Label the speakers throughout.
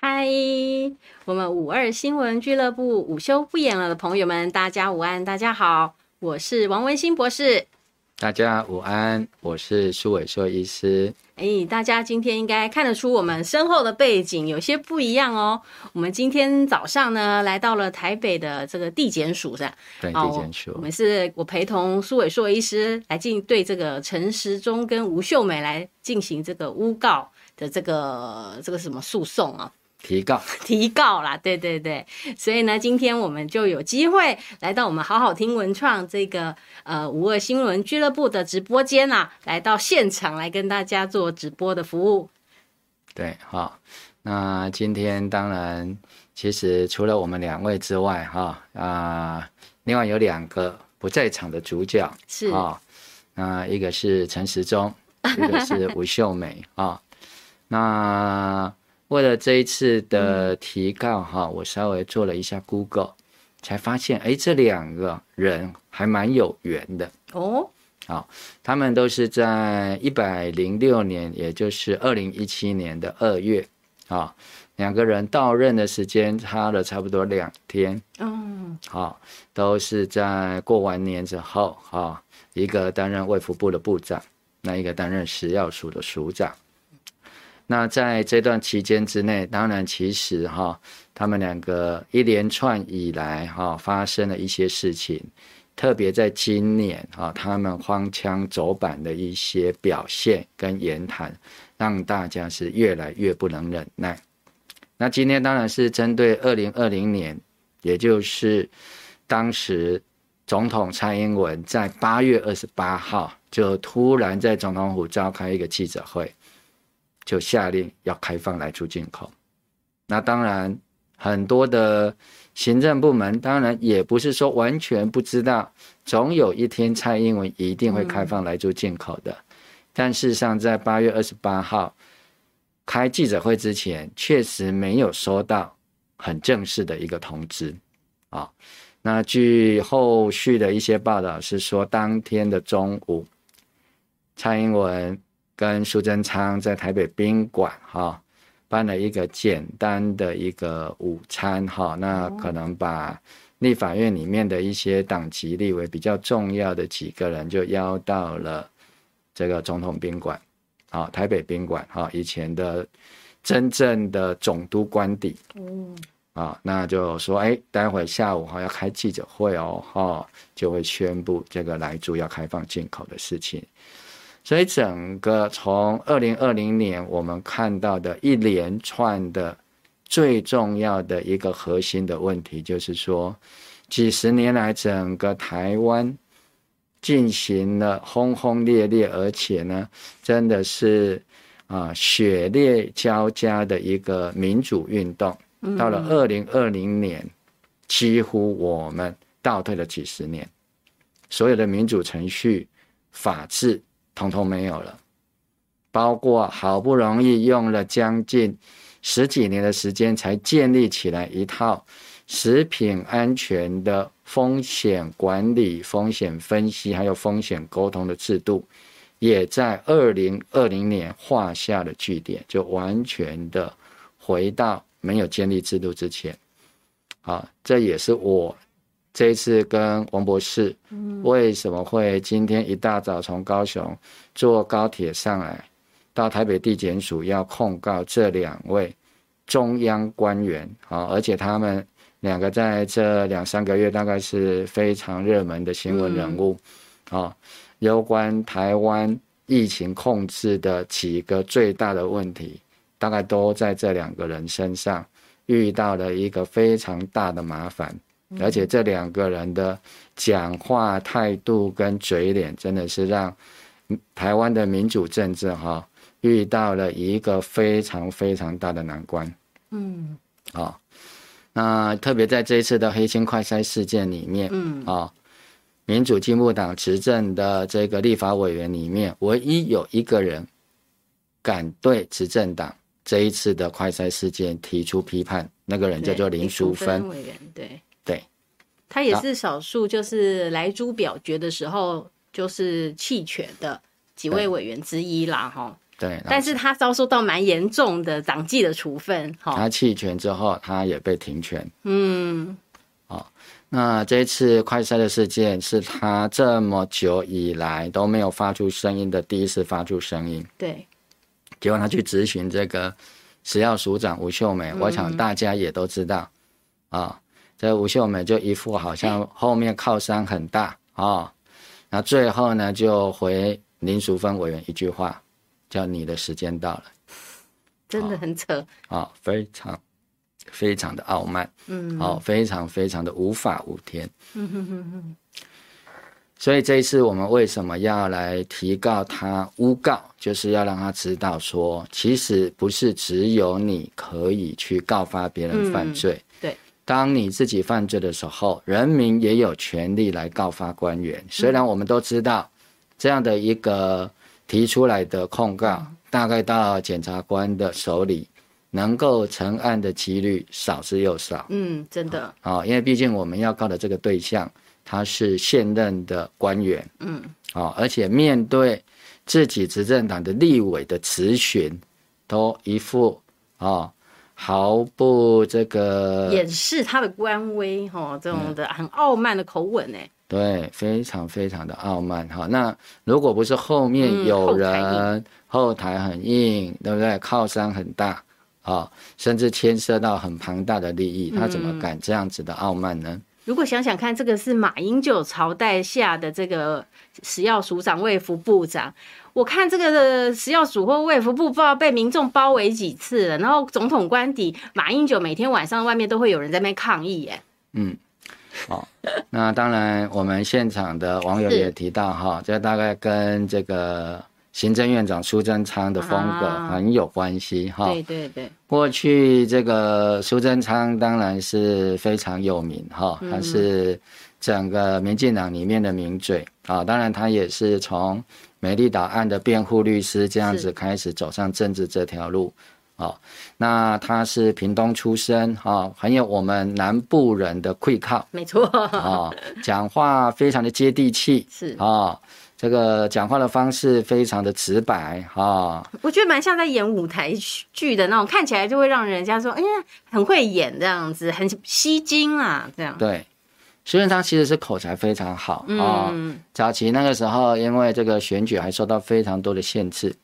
Speaker 1: 嗨，我们五二新闻俱乐部午休不演了的朋友们，大家午安，大家好，我是王文新博士。
Speaker 2: 大家午安，我是苏伟硕医师。
Speaker 1: 哎，大家今天应该看得出我们身后的背景有些不一样哦。我们今天早上呢，来到了台北的这个地检署，是吧？
Speaker 2: 对，
Speaker 1: 哦
Speaker 2: 哎地检
Speaker 1: 我
Speaker 2: 署，
Speaker 1: 们是我陪同苏伟硕医师来进对这个陈时中跟吴秀美来进行这个诬告的这个这个什么诉讼啊。
Speaker 2: 提告，
Speaker 1: 提告啦， 对对对，所以呢，今天我们就有机会来到我们好好听文创这个呃五二新闻俱乐部的直播间啊，来到现场来跟大家做直播的服务。
Speaker 2: 对，哈、那今天当然，其实除了我们两位之外，哈、啊、另外有两个不在场的主角，
Speaker 1: 是
Speaker 2: 啊、那一个是陈时中，一个是吴秀美啊、那为了这一次
Speaker 1: 嗯
Speaker 2: 的提告哈、我稍微做了一下 Google，才发现，哎，这两个人还蛮有缘的。
Speaker 1: 哦，
Speaker 2: 他们都是在一百零六年，也就是二零一七年的二月啊、两个人到任的时间差了差不多两天
Speaker 1: 嗯，
Speaker 2: 啊、都是在过完年之后啊、一个担任卫福部的部长，那一个担任食药署的署长。那在这段期间之内，当然其实哈、他们两个一连串以来哈、发生了一些事情，特别在今年啊，他们荒腔走板的一些表现跟言谈，让大家是越来越不能忍耐。那今天当然是针对二零二零年，也就是当时总统蔡英文在八月二十八号就突然在总统府召开一个记者会，就下令要开放来出进口。那当然，很多的行政部门当然也不是说完全不知道，总有一天蔡英文一定会开放来猪进口的。但事实上，在八月二十八号开记者会之前，确实没有收到很正式的一个通知啊、那据后续的一些报道是说，当天的中午，蔡英文跟苏贞昌在台北宾馆哈、办了一个简单的一个午餐哈，那可能把立法院里面的一些党籍立委比较重要的几个人就邀到了这个总统宾馆，好、台北宾馆哈、以前的真正的总督官邸
Speaker 1: 哦，
Speaker 2: 啊、那就说哎，待会下午哈、要开记者会哦，哈、就会宣布这个莱猪要开放进口的事情。所以整个从二零二零年我们看到的一连串的最重要的一个核心的问题，就是说，几十年来整个台湾进行了轰轰烈烈，而且呢，真的是啊、血烈交加的一个民主运动。到了二零二零年，几乎我们倒退了几十年，所有的民主程序、法治统统没有了，包括好不容易用了将近十几年的时间才建立起来一套食品安全的风险管理、风险分析还有风险沟通的制度，也在二零二零年画下了句点，就完全的回到没有建立制度之前。啊，这也是我这一次跟王博士，为什么会今天一大早从高雄坐高铁上来，到台北地检署要控告这两位中央官员啊，而且他们两个在这两三个月大概是非常热门的新闻人物，啊，有关台湾疫情控制的几个最大的问题，大概都在这两个人身上遇到了一个非常大的麻烦，而且这两个人的讲话态度跟嘴脸，真的是让嗯台湾的民主政治哈、遇到了一个非常非常大的难关。
Speaker 1: 嗯
Speaker 2: 啊、那特别在这一次的黑心快筛事件里面，嗯啊、民主进步党执政的这个立法委员里面，唯一有一个人敢对执政党这一次的快筛事件提出批判，那个人叫做
Speaker 1: 对
Speaker 2: 林淑芬，
Speaker 1: 委员，对
Speaker 2: 对，
Speaker 1: 他也
Speaker 2: 啊
Speaker 1: 是少数，就是莱猪表决的时候就是弃权的几位
Speaker 2: 对
Speaker 1: 委员之一啦，哈。
Speaker 2: 对，然后
Speaker 1: 但是他遭受到蛮严重的党纪的处分，哈，
Speaker 2: 他弃权之后，他也被停权。
Speaker 1: 嗯，
Speaker 2: 那这一次快筛的事件是他这么久以来都没有发出声音的第一次发出声音。
Speaker 1: 对，
Speaker 2: 结果他去咨询这个食药署长吴秀梅，我想大家也都知道啊。这吴秀梅就一副好像后面靠山很大啊，那最后呢就回林淑芬委员一句话，叫你的时间到了
Speaker 1: 真的很扯，
Speaker 2: 啊，非常非常的傲慢，
Speaker 1: 嗯，
Speaker 2: 哦，非常非常的无法无天。
Speaker 1: 嗯哼哼哼，
Speaker 2: 所以这一次我们为什么要来提告他诬告，就是要让他知道说，其实不是只有你可以去告发别人犯罪。
Speaker 1: 嗯对，
Speaker 2: 当你自己犯罪的时候，人民也有权利来告发官员。
Speaker 1: 嗯
Speaker 2: 虽然我们都知道，这样的一个提出来的控告，
Speaker 1: 嗯
Speaker 2: 大概到检察官的手里，能够成案的几率少之又少。
Speaker 1: 嗯，真的，
Speaker 2: 啊、因为毕竟我们要告的这个对象他是现任的官员，
Speaker 1: 嗯，
Speaker 2: 啊、而且面对自己执政党的立委的质询，都一副啊、毫不这个
Speaker 1: 掩饰他的官威，哈，这种的很傲慢的口吻，哎，
Speaker 2: 对，非常非常的傲慢哈、那如果不是后面
Speaker 1: 嗯
Speaker 2: 有
Speaker 1: 后台
Speaker 2: 人、
Speaker 1: 硬
Speaker 2: 后台很硬，对不对？靠山很大啊、甚至牵涉到很庞大的利益，他怎
Speaker 1: 嗯
Speaker 2: 么敢这样子的傲慢呢？
Speaker 1: 如果想想看，这个是马英九朝代下的这个食药署长、卫福部长。我看这个食药署或卫福部不知道被民众包围几次了，然后总统官邸，马英九每天晚上外面都会有人在那边抗议哎耶。
Speaker 2: 嗯那当然，我们现场的网友
Speaker 1: 是
Speaker 2: 也提到哈，这大概跟这个行政院长苏贞昌的风格
Speaker 1: 啊
Speaker 2: 很有关系哈。
Speaker 1: 对对对，
Speaker 2: 过去这个苏贞昌当然是非常有名哈，他是整个民进党里面的名嘴啊。当然，他也是从美丽岛案的辩护律师这样子
Speaker 1: 是
Speaker 2: 开始走上政治这条路。哦，那他是屏东出身哈、很有我们南部人的愧靠。
Speaker 1: 没错，
Speaker 2: 啊、讲话非常的接地气
Speaker 1: 是
Speaker 2: 啊、，这个讲话的方式非常的直白啊哈、
Speaker 1: 我觉得蛮像在演舞台剧的那种，看起来就会让人家说，哎呀，很会演这样子，很吸睛啊，这样。
Speaker 2: 对，苏贞昌其实是口才非常好啊、
Speaker 1: 嗯，
Speaker 2: 早期那个时候，因为这个选举还受到非常多的限制，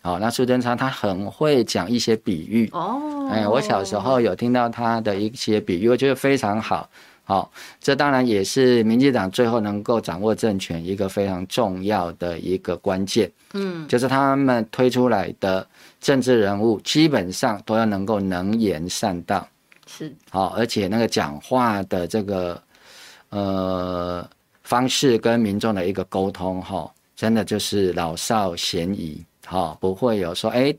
Speaker 2: 啊、那苏贞昌他很会讲一些比喻，
Speaker 1: 哦，
Speaker 2: 哎，我小时候有听到他的一些比喻，我觉得非常好。好、这当然也是民进党最后能够掌握政权一个非常重要的一个关键。嗯，就是他们推出来的政治人物，基本上都要能够能言善道。
Speaker 1: 是
Speaker 2: 好、而且那个讲话的这个呃方式跟民众的一个沟通，哈、真的就是老少咸宜，哈、不会有说哎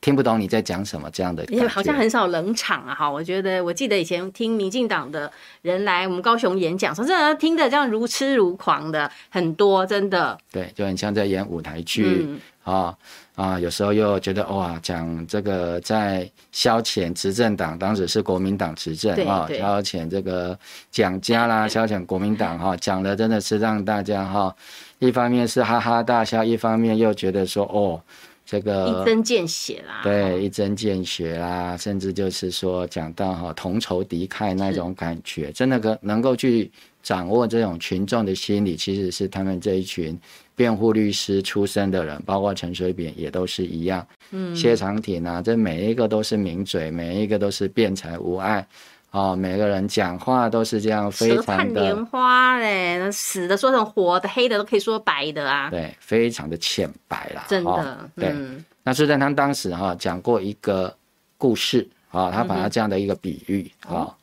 Speaker 2: 听不懂你在讲什么这样的感
Speaker 1: 也
Speaker 2: 觉。
Speaker 1: 好像很少冷场啊，哈，我觉得我记得以前听民进党的人来我们高雄演讲，说真的听得这样如痴如狂的很多，真的，
Speaker 2: 对，就很像在演舞台剧
Speaker 1: 嗯，
Speaker 2: 啊啊，有时候又觉得哇，讲这个在消遣执政党，当时是国民党执政
Speaker 1: 对
Speaker 2: 啊，
Speaker 1: 对
Speaker 2: 消遣这个蒋家啦，消遣国民党哈、哦讲的真的是让大家哈、一方面是哈哈大笑，一方面又觉得说哦，这
Speaker 1: 一
Speaker 2: 个
Speaker 1: 针见血啦，
Speaker 2: 对一针见血啦，甚至就是说讲到哈、同仇敌忾那种感觉，真的能能够去掌握这种群众的心理，其实是他们这一群辩护律师出身的人，包括陈水扁也都是一样，嗯，谢长廷啊，这每一个都是名嘴，每一个都是辩才无碍。哦，每个人讲话都是这样，非
Speaker 1: 舌
Speaker 2: 常
Speaker 1: 灿
Speaker 2: 的
Speaker 1: 莲花嘞，那死的说成活的，黑的都可以说白的啊，
Speaker 2: 对，非常的浅白啦。
Speaker 1: 真
Speaker 2: 哦
Speaker 1: 的，
Speaker 2: 对
Speaker 1: 嗯，
Speaker 2: 那苏丹他当时哈、讲过一个故事啊、他把他这样的一个比喻啊、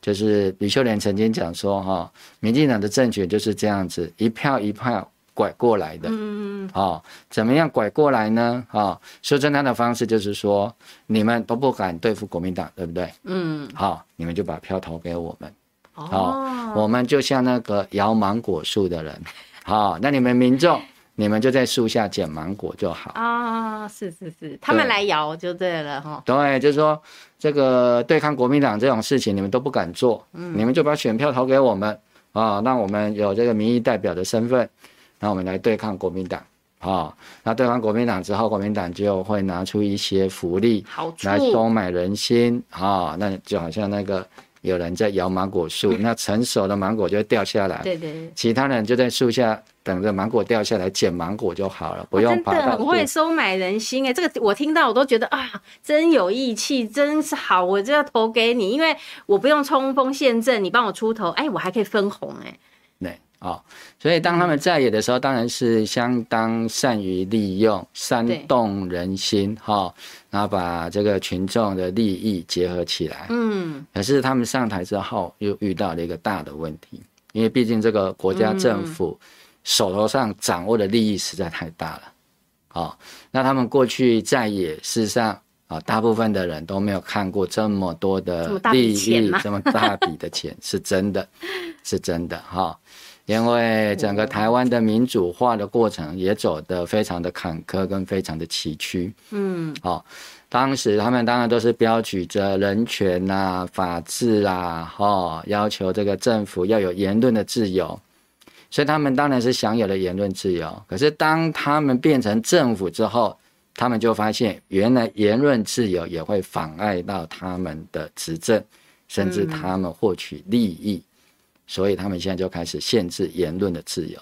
Speaker 2: 就是吕秀莲曾经讲说哈、民进党的政权就是这样子一票一票拐过来的，嗯，哦，怎么样拐过来呢？啊、修正他的方式就是说，你们都不敢对付国民党，对不对？
Speaker 1: 嗯，
Speaker 2: 好、你们就把票投给我们。
Speaker 1: 哦，
Speaker 2: 我们就像那个摇芒果树的人，好、那你们民众，你们就在树下捡芒果就好。
Speaker 1: 啊、是是是，他们
Speaker 2: 对
Speaker 1: 来摇就对了哈，
Speaker 2: 对，就是说这个对抗国民党这种事情，你们都不敢做，
Speaker 1: 嗯
Speaker 2: 你们就把选票投给我们啊，让我们有这个民意代表的身份，那我们来对抗国民党啊。那对抗国民党之后，国民党就会拿出一些福利
Speaker 1: 好处
Speaker 2: 来收买人心啊，那就好像那个有人在摇芒果树，那成熟的芒果就会掉下来，
Speaker 1: 对对对，
Speaker 2: 其他人就在树下等着芒果掉下来捡芒果就好了，不
Speaker 1: 我
Speaker 2: 用
Speaker 1: 哦真
Speaker 2: 爬
Speaker 1: 的
Speaker 2: 到
Speaker 1: 很会
Speaker 2: 树
Speaker 1: 收买人心哎、这个我听到我都觉得啊，真有义气，真是好，我就要投给你，因为我不用冲锋陷阵，你帮我出头，哎，我还可以分红哎、
Speaker 2: 对啊、哦，所以当他
Speaker 1: 嗯
Speaker 2: 们在野的时候，当然是相当善于利用、煽
Speaker 1: 对
Speaker 2: 动人心哈、然后把这个群众的利益结合起来。
Speaker 1: 嗯，
Speaker 2: 可是他们上台之后，又遇到了一个大的问题，因为毕竟这个国家
Speaker 1: 嗯
Speaker 2: 政府手头上掌握的利益实在太大了。哦，那他们过去在野，事实上啊、大部分的人都没有看过这么多
Speaker 1: 这么
Speaker 2: 的
Speaker 1: 大笔
Speaker 2: 利
Speaker 1: 钱
Speaker 2: 益
Speaker 1: 吗，
Speaker 2: 这么大笔的 钱，是真的，是真的哈、因为整个台湾的民主化的过程也走得非常的坎坷跟非常的崎岖，嗯，哦，当时他们当然都是标举着人权呐、法治啊，哦，要求这个政府要有言论的自由，所以他们当然是享有了言论自由。可是当他们变成政府之后，他们就发现原来言论自由也会妨碍到他们的执政，甚至他们获取利益，所以他们现在就开始限制言论的自由。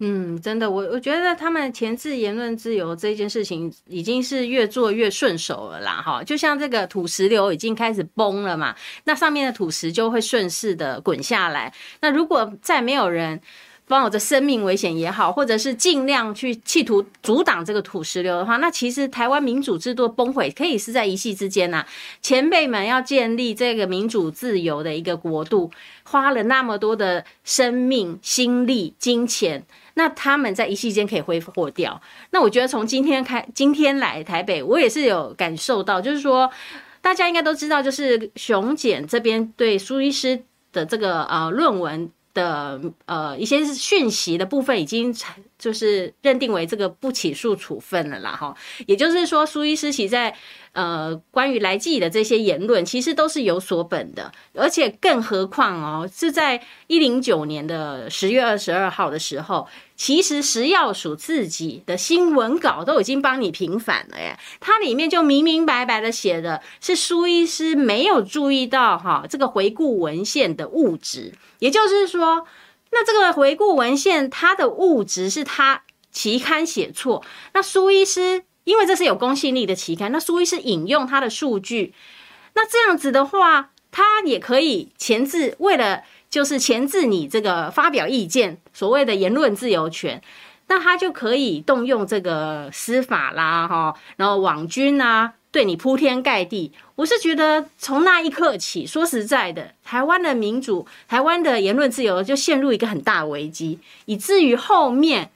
Speaker 1: 嗯，真的，我我觉得他们前置言论自由这件事情已经是越做越顺手了啦，哈，就像这个土石流已经开始崩了嘛，那上面的土石就会顺势的滚下来。那如果再没有人帮我的生命危险也好，或者是尽量去企图阻挡这个土石流的话，那其实台湾民主制度崩毁可以是在一夕之间呐、前辈们要建立这个民主自由的一个国度，花了那么多的生命、心力、金钱，那他们在一夕间可以挥霍掉。那我觉得从今天开，今天来台北，我也是有感受到，就是说，大家应该都知道，就是熊检这边对苏医师的这个呃论文。的呃一些讯息的部分已经就是认定为这个不起诉处分了啦哈，也就是说苏医师其实在呃，关于来记的这些言论，其实都是有所本的，而且更何况哦，是在一零九年的十月二十二号的时候，其实食药署自己的新闻稿都已经帮你平反了耶，它里面就明明白白的写的是苏医师没有注意到哈、这个回顾文献的物质，也就是说，那这个回顾文献它的物质是它期刊写错，那苏医师，因为这是有公信力的期刊，那苏医师引用他的数据，那这样子的话，他也可以前置，为了就是前置你这个发表意见，所谓的言论自由权。那他就可以动用这个司法啦，哈，然后网军啊，对你铺天盖地。我是觉得从那一刻起，说实在的，台湾的民主、台湾的言论自由就陷入一个很大的危机，以至于后面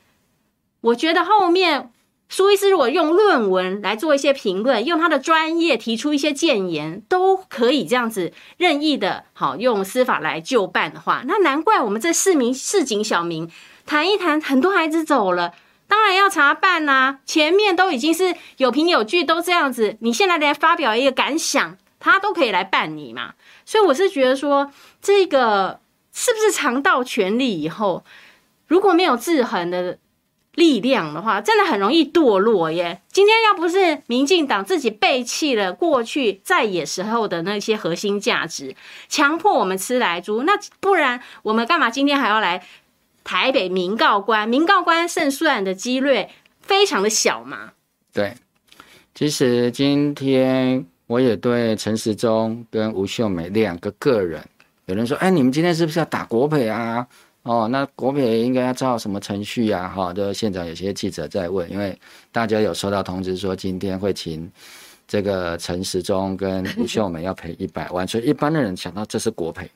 Speaker 1: 我觉得后面苏医师如果用论文来做一些评论，用他的专业提出一些建言，都可以这样子任意的好用司法来就办的话，那难怪我们这市民市井小民谈一谈，很多孩子走了。当然要查办呐、前面都已经是有凭有据，都这样子，你现在连发表一个感想，他都可以来办你嘛。所以我是觉得说，这个是不是尝到权力以后，如果没有制衡的力量的话，真的很容易堕落耶。今天要不是民进党自己背弃了过去在野时候的那些核心价值，强迫我们吃来猪，那不然我们干嘛今天还要来台北民告官？民告官胜算的几率非常的小嘛。
Speaker 2: 对，其实今天我也对陈时中跟吴秀美两个个人，有人说，哎，你们今天是不是要打国培啊？哦，那国培应该要照什么程序啊？哈、就现场有些记者在问，因为大家有收到通知说今天会请这个陈时中跟吴秀美要赔一百万，所以一般的人想到这是国培。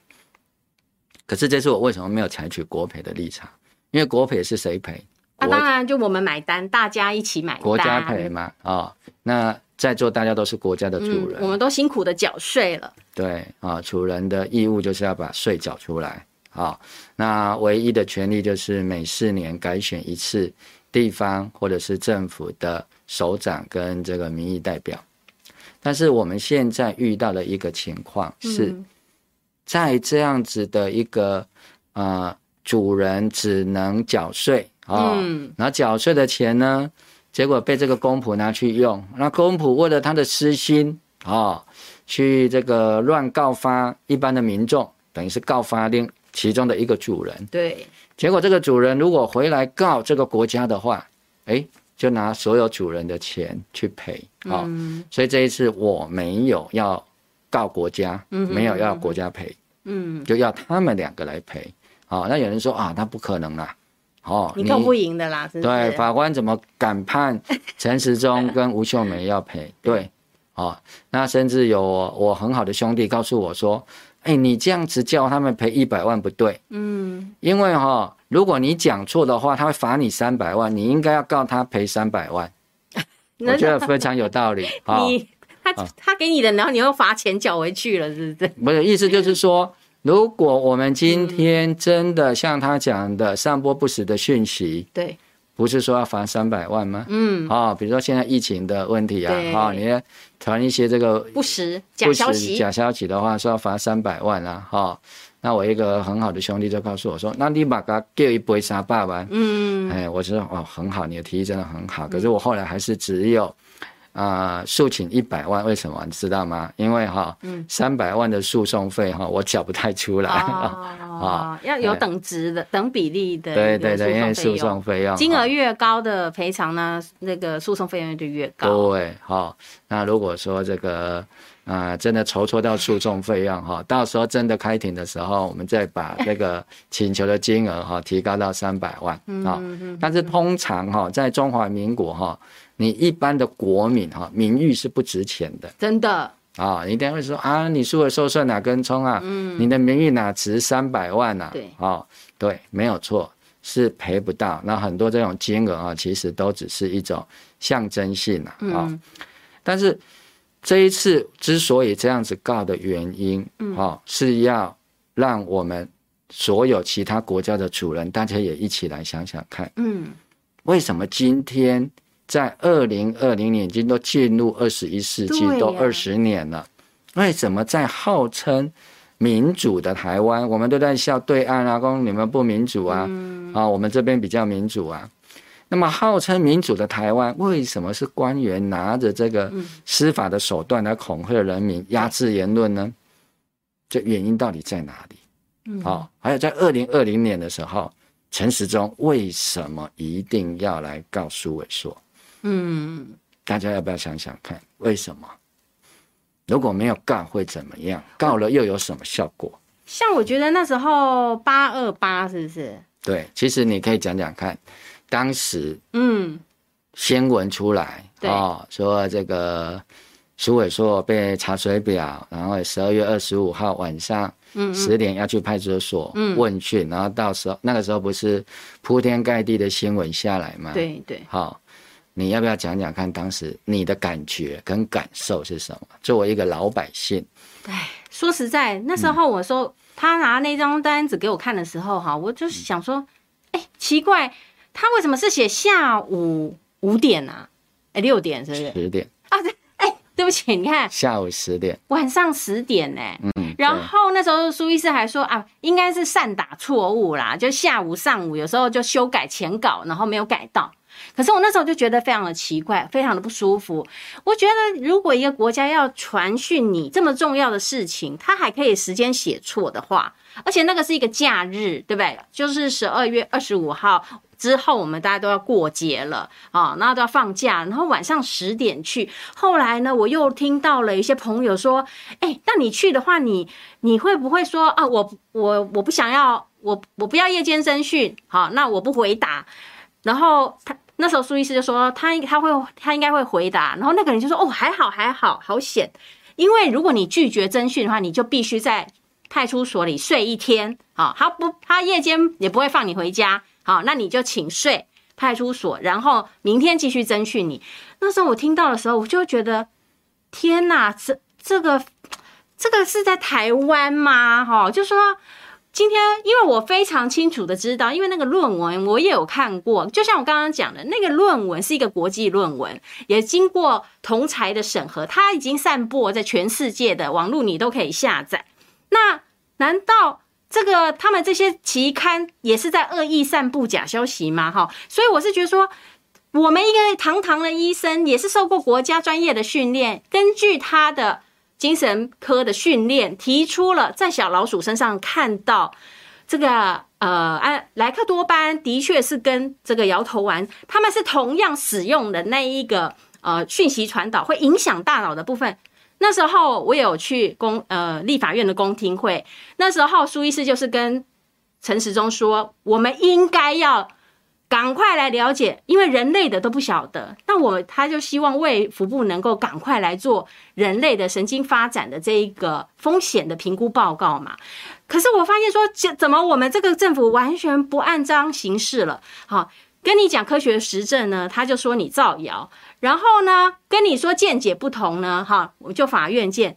Speaker 2: 可是这次我为什么没有采取国赔的立场？因为国赔是谁赔？
Speaker 1: 那、
Speaker 2: 国
Speaker 1: 啊当然就我们买单，大家一起买单，
Speaker 2: 国家赔嘛，啊、那在座大家都是国家的主
Speaker 1: 嗯，
Speaker 2: 人，
Speaker 1: 我们都辛苦的缴税了，
Speaker 2: 对啊，主人的义务就是要把税缴出来啊、那唯一的权利就是每四年改选一次地方或者是政府的首长跟这个民意代表。但是我们现在遇到的一个情况是，
Speaker 1: 嗯
Speaker 2: 在这样子的一个呃主人只能缴税啊，
Speaker 1: 嗯
Speaker 2: 然后缴税的钱呢，结果被这个公仆拿去用，那公仆为了他的私心啊、去这个乱告发一般的民众，等于是告发另其中的一个主人。
Speaker 1: 对，
Speaker 2: 结果这个主人如果回来告这个国家的话，哎，就拿所有主人的钱去赔啊、
Speaker 1: 嗯
Speaker 2: 所以这一次我没有要告国家，
Speaker 1: 嗯哼
Speaker 2: 没有要国家赔，
Speaker 1: 嗯，
Speaker 2: 就要他们两个来赔。啊、那有人说啊，那不可能啦，哦，
Speaker 1: 你够不赢的啦，是不
Speaker 2: 对，
Speaker 1: 是？
Speaker 2: 法官怎么 敢判陈时中跟吴秀梅要赔？对，哦，那甚至有我我很好的兄弟告诉我说，哎、你这样子叫他们赔一百万不对，
Speaker 1: 嗯，
Speaker 2: 因为哈、哦如果你讲错的话，他会罚你三百万，你应该要告他赔三百 万。我觉得非常有道理啊、哦
Speaker 1: 你他他给你的，然后你又罚钱缴回去了，是不是？
Speaker 2: 不是意思就 是说，如果我们今天
Speaker 1: 嗯
Speaker 2: 真的像他讲的散播不实的讯息，
Speaker 1: 对，
Speaker 2: 不是说要罚三百万吗？
Speaker 1: 嗯，
Speaker 2: 啊、比如说现在疫情的问题啊，
Speaker 1: 对
Speaker 2: 啊、你要传一些这个
Speaker 1: 不实假
Speaker 2: 不
Speaker 1: 消
Speaker 2: 实
Speaker 1: 息，
Speaker 2: 假消息的话，说要罚三百万啊，哈、那我一个很好的兄弟就告诉我说，那你把它叫一杯沙爸吧。
Speaker 1: 嗯，
Speaker 2: 哎，我说哦，很好，你的提议真的很好。可是我后来还是只有啊、诉请一百万，为什么你知道吗？因为哈、
Speaker 1: 嗯
Speaker 2: 三百、万的诉讼费哈、我缴不太出来。
Speaker 1: 哦，要有等值的、等比例的，
Speaker 2: 哎对对对，因为
Speaker 1: 诉
Speaker 2: 诉
Speaker 1: 讼
Speaker 2: 讼费
Speaker 1: 费
Speaker 2: 用
Speaker 1: 用，金
Speaker 2: 哈
Speaker 1: 额越高的赔偿呢，那个诉讼费用就越高。
Speaker 2: 对，好、那如果说这个啊、呃真的筹措到诉讼费用哈、到时候真的开庭的时候，我们再把这个请求的金额哈、 提高到三百万啊、但是通常哈、在中华民国哈、你一般的国民哈、名誉是不值钱的
Speaker 1: 真的，
Speaker 2: 啊、你一定会说啊，你输了受算哪根葱啊？你的名誉哪值三百万啊？
Speaker 1: 嗯对
Speaker 2: 哦，对，没有错。是赔不到，那很多这种金额啊，其实都只是一种象征性啊，啊、
Speaker 1: 嗯，
Speaker 2: 但是这一次之所以这样子告的原因，
Speaker 1: 嗯
Speaker 2: 哦，是要让我们所有其他国家的主人，大家也一起来想想看，
Speaker 1: 嗯，
Speaker 2: 为什么今天在二零二零年已经都进入二十一世纪，
Speaker 1: 对呀
Speaker 2: 都二十年了，为什么在号称民主的台湾，我们都在笑对岸啊，公你们不民主啊，
Speaker 1: 嗯
Speaker 2: 啊，我们这边比较民主啊。那么号称民主的台湾，为什么是官员拿着这个
Speaker 1: 嗯
Speaker 2: 司法的手段来恐吓人民、压制言论呢？这原因到底在哪里？
Speaker 1: 嗯
Speaker 2: 哦，还有在二零二零年的时候，陈时中为什么一定要来告苏伟说？
Speaker 1: 嗯，
Speaker 2: 大家要不要想想看，为什么？如果没有告会怎么样？告了又有什么效果？
Speaker 1: 像我觉得那时候八二八是不是？
Speaker 2: 对，其实你可以讲讲看，当时
Speaker 1: 嗯，
Speaker 2: 新闻出来
Speaker 1: 对
Speaker 2: 哦，说这个苏伟硕被查水表，然后十二月二十五号晚上十点要去派出所问讯，然后到时候那个时候不是铺天盖地的新闻下来吗？，
Speaker 1: 对对，
Speaker 2: 好、你要不要讲讲看当时你的感觉跟感受是什么？作为一个老百姓，
Speaker 1: 说实在，那时候我说他拿那张单子给我看的时候，哈，我就想说，哎、奇怪，他为什么是写下午五点啊？哎、六点是不是？
Speaker 2: 十点
Speaker 1: 对不起，你看
Speaker 2: 下午十点，
Speaker 1: 晚上十点呢、
Speaker 2: 嗯，
Speaker 1: 然
Speaker 2: 对
Speaker 1: 后那时候苏医师还说啊，应该是善打错误啦，就下午上午有时候就修改前稿，然后没有改到。可是我那时候就觉得非常的奇怪，非常的不舒服。我觉得如果一个国家要传讯你这么重要的事情，它还可以时间写错的话，而且那个是一个假日，对不对？就是十二月二十五号之后我们大家都要过节了啊、那都要放假，然后晚上十点去。后来呢，我又听到了一些朋友说，哎，那你去的话你，你会不会说啊，我我我不想要，我我不要夜间侦讯，好，那我不回答。然后他那时候苏医师就说他他会他应该会回答，然后那个人就说哦还好还好好险，因为如果你拒绝侦讯的话，你就必须在派出所里睡一天啊、他不他夜间也不会放你回家，好、那你就请睡派出所，然后明天继续侦讯你。那时候我听到的时候，我就觉得天哪，这这个这个是在台湾吗？哈、就说。今天，因为我非常清楚的知道，因为那个论文我也有看过，就像我刚刚讲的，那个论文是一个国际论文，也经过同才的审核，它已经散播在全世界的网络，你都可以下载。那难道这个他们这些期刊也是在恶意散布假消息吗？哈，所以我是觉得说，我们一个堂堂的医生，也是受过国家专业的训练，根据他的精神科的训练，提出了在小老鼠身上看到这个呃，安莱克多巴胺的确是跟这个摇头丸，他们是同样使用的那一个呃讯息传导，会影响大脑的部分。那时候我有去公呃立法院的公听会，那时候苏医师就是跟陈时中说，我们应该要赶快来了解，因为人类的都不晓得。那我他就希望卫福部能够赶快来做人类的神经发展的这一个风险的评估报告嘛。可是我发现说，这怎么我们这个政府完全不按章行事了？好，跟你讲科学实证呢，他就说你造谣，然后呢跟你说见解不同呢，哈，我就法院见。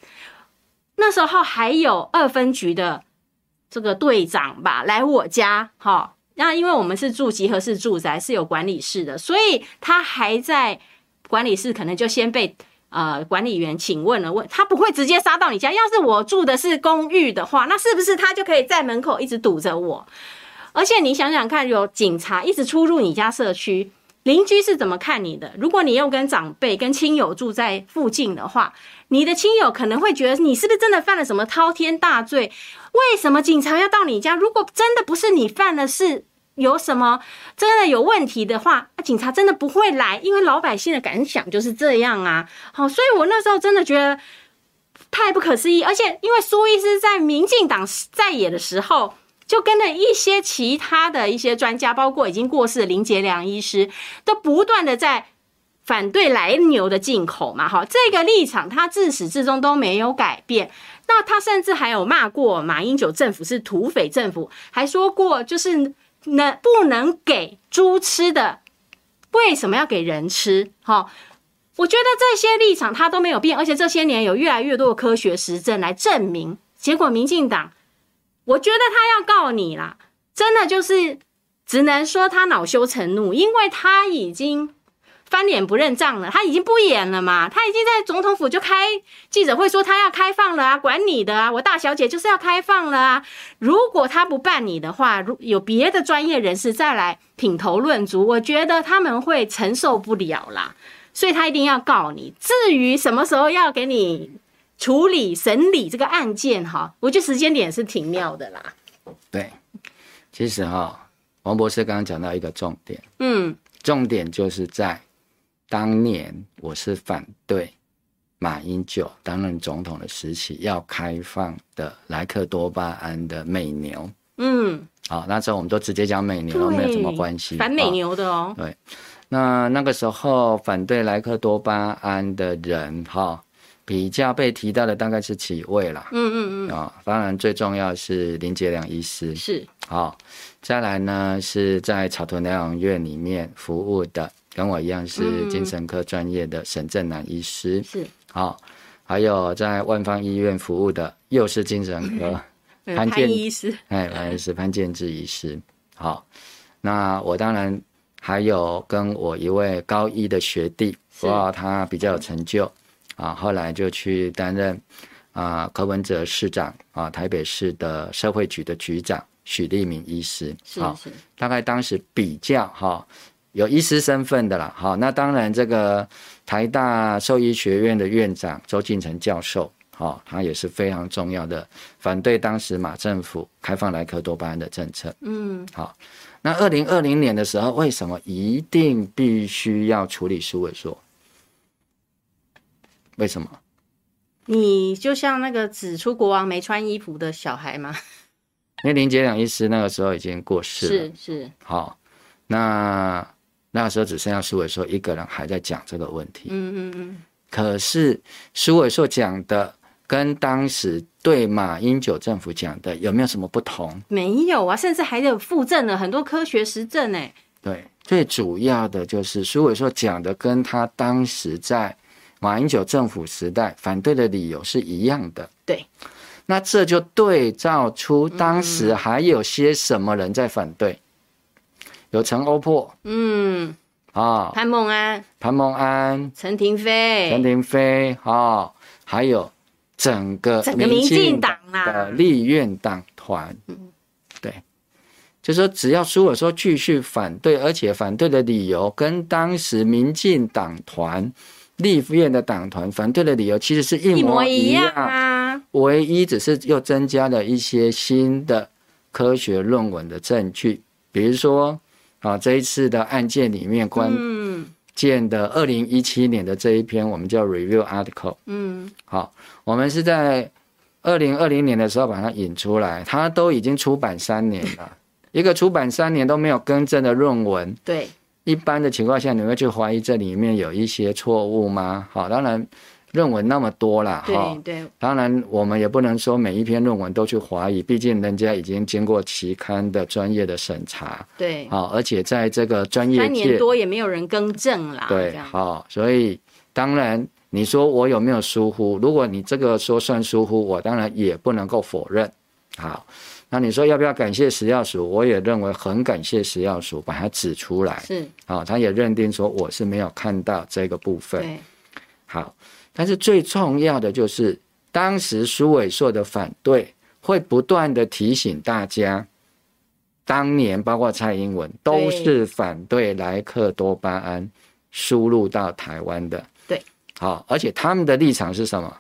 Speaker 1: 那时候还有二分局的这个队长吧，来我家哈。那因为我们是住集合式住宅，是有管理室的，所以他还在管理室，可能就先被呃管理员请问了问，他不会直接杀到你家。要是我住的是公寓的话，那是不是他就可以在门口一直堵着我？而且你想想看，有警察一直出入你家社区，邻居是怎么看你的？如果你又跟长辈、跟亲友住在附近的话，你的亲友可能会觉得你是不是真的犯了什么滔天大罪？为什么警察要到你家？如果真的不是你犯的事，有什么真的有问题的话，警察真的不会来，因为老百姓的感想就是这样啊。好，所以我那时候真的觉得太不可思议，而且因为苏医师在民进党在野的时候，就跟着一些其他的一些专家，包括已经过世的林杰良医师，都不断的在反对来牛的进口嘛，哈，这个立场他自始至终都没有改变。那他甚至还有骂过马英九政府是土匪政府，还说过就是能不能给猪吃的，为什么要给人吃？哈、我觉得这些立场他都没有变，而且这些年有越来越多的科学实证来证明。结果民进党，我觉得他要告你啦，真的就是只能说他恼羞成怒，因为他已经翻脸不认账了，他已经不演了嘛，他已经在总统府就开记者会说他要开放了啊，管你的啊，我大小姐就是要开放了啊。如果他不办你的话，如有别的专业人士再来品头论足，我觉得他们会承受不了啦。所以他一定要告你。至于什么时候要给你处理审理这个案件哈，我觉得时间点是挺妙的啦。
Speaker 2: 对，其实哈、王博士刚刚讲到一个重点，
Speaker 1: 嗯
Speaker 2: 重点就是在当年我是反对马英九担任总统的时期要开放的莱克多巴胺的美牛。
Speaker 1: 嗯，
Speaker 2: 好、那时候我们都直接讲美牛，
Speaker 1: 对
Speaker 2: 没有什么关系。
Speaker 1: 反美
Speaker 2: 哦
Speaker 1: 牛的哦。
Speaker 2: 那那个时候反对莱克多巴胺的人，哈、比较被提到的大概是几位啦。
Speaker 1: 嗯嗯
Speaker 2: 啊、当然最重要是林杰良医师
Speaker 1: 嗯，，是
Speaker 2: 好、再来呢是在草屯疗养院里面服务的，跟我一样是精神科专业的沈正南医师，
Speaker 1: 是，
Speaker 2: 好、还有在万方医院服务的又是精神科，
Speaker 1: 嗯
Speaker 2: 潘
Speaker 1: 潘
Speaker 2: 建
Speaker 1: 医师
Speaker 2: 哎，潘医师潘建志医师，好、那我当然还有跟我一位高一的学弟，
Speaker 1: 是
Speaker 2: 哇，他比较有成就啊，后来就去担任啊柯文哲市长啊台北市的社会局的局长许立明医师，
Speaker 1: 是
Speaker 2: 好
Speaker 1: 是，
Speaker 2: 大概当时比较哈、有医师身份的啦，好、那当然这个台大兽医学院的院长周进成教授，哦，它也是非常重要的，反对当时马政府开放莱克多巴胺的政策。
Speaker 1: 嗯，
Speaker 2: 好，那二零二零年的时候，为什么一定必须要处理鼠尾硕？为什么？
Speaker 1: 你就像那个指出国王没穿衣服的小孩嘛，
Speaker 2: 因为林杰良医师那个时候已经过世了。
Speaker 1: 是是，
Speaker 2: 好，那那个时候只剩下苏伟硕一个人还在讲这个问题。
Speaker 1: 嗯嗯嗯，
Speaker 2: 可是苏伟硕讲的跟当时对马英九政府讲的有没有什么不同？
Speaker 1: 没有啊，甚至还有附赠了很多科学实证哎、
Speaker 2: 对，最主要的就是苏伟硕讲的跟他当时在马英九政府时代反对的理由是一样的。
Speaker 1: 对，
Speaker 2: 那这就对照出当时还有些什么人在反对，有陈欧珀
Speaker 1: 嗯，
Speaker 2: 啊、
Speaker 1: 潘梦安、
Speaker 2: 潘孟安，
Speaker 1: 陈廷飞，
Speaker 2: 陈廷飞哦，还有整个
Speaker 1: 整个民进党啦嗯
Speaker 2: 的立院党团，对，就说只要苏尔说继续反对，而且反对的理由跟当时民进党团、立院的党团反对的理由其实是一
Speaker 1: 一模
Speaker 2: 模
Speaker 1: 一
Speaker 2: 一
Speaker 1: 样
Speaker 2: 样，
Speaker 1: 啊，
Speaker 2: 唯一只是又增加了一些新的科学论文的证据，比如说啊这一次的案件里面关
Speaker 1: 嗯
Speaker 2: 建的二零一七年的这一篇，我们叫 review article。
Speaker 1: 嗯，
Speaker 2: 好，我们是在二零二零年的时候把它引出来，它都已经出版三年了，一个出版三年都没有更正的论文，
Speaker 1: 对，
Speaker 2: 一般的情况下你会去怀疑这里面有一些错误吗？好，当然论文那么多啦，哈
Speaker 1: 对，对，
Speaker 2: 当然我们也不能说每一篇论文都去怀疑，毕竟人家已经经过期刊的专业的审查，
Speaker 1: 对，
Speaker 2: 好，而且在这个专业
Speaker 1: 三
Speaker 2: 界
Speaker 1: 年。多也没有人更正啦，
Speaker 2: 对
Speaker 1: 这，样
Speaker 2: 好、所以当然你说我有没有疏忽？如果你这个说算疏忽，我当然也不能够否认。好，那你说要不要感谢食药署？我也认为很感谢食药署把它指出来。
Speaker 1: 是，
Speaker 2: 好、他也认定说我是没有看到这个部分。
Speaker 1: 对，
Speaker 2: 好，但是最重要的就是当时苏伟硕的反对会不断的提醒大家。当年包括蔡英文都
Speaker 1: 对
Speaker 2: 是反对莱克多巴胺，输入到台湾的。
Speaker 1: 对，
Speaker 2: 好，而且他们的立场是什么？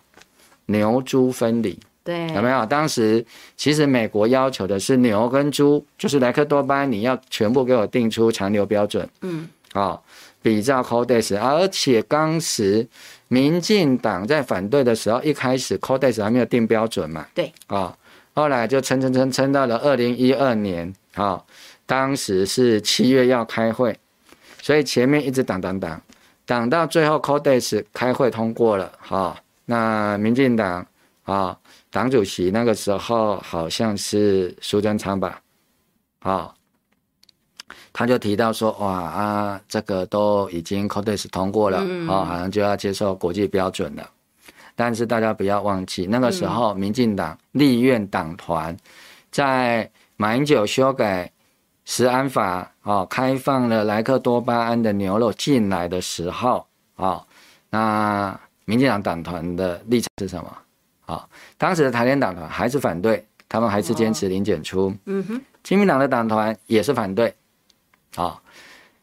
Speaker 2: 牛猪分离有
Speaker 1: 对，
Speaker 2: 没有？当时其实美国要求的是牛跟猪，就是莱克多巴胺，你要全部给我定出残留标准
Speaker 1: 嗯，
Speaker 2: 啊、比照 Codex，啊而且当时民进党在反对的时候，一开始 Codex 还没有定标准嘛，
Speaker 1: 对
Speaker 2: 啊、后来就撑撑撑撑到了二零一二年，啊、当时是七月要开会，所以前面一直挡挡挡，挡到最后 Codex 开会通过了，哈、那民进党啊、党主席那个时候好像是苏贞昌吧，啊、他就提到说，哇啊，这个都已经 Codex 通过了，啊、
Speaker 1: 嗯
Speaker 2: 好像就要接受国际标准了。但是大家不要忘记，那个时候民进党立院党团在马英九修改食安法哦，开放了莱克多巴胺的牛肉进来的时候哦，那民进党党团的立场是什么？哦，当时的台联党团还是反对，他们还是坚持零检出。
Speaker 1: 嗯哼，
Speaker 2: 亲民党的党团也是反对，啊、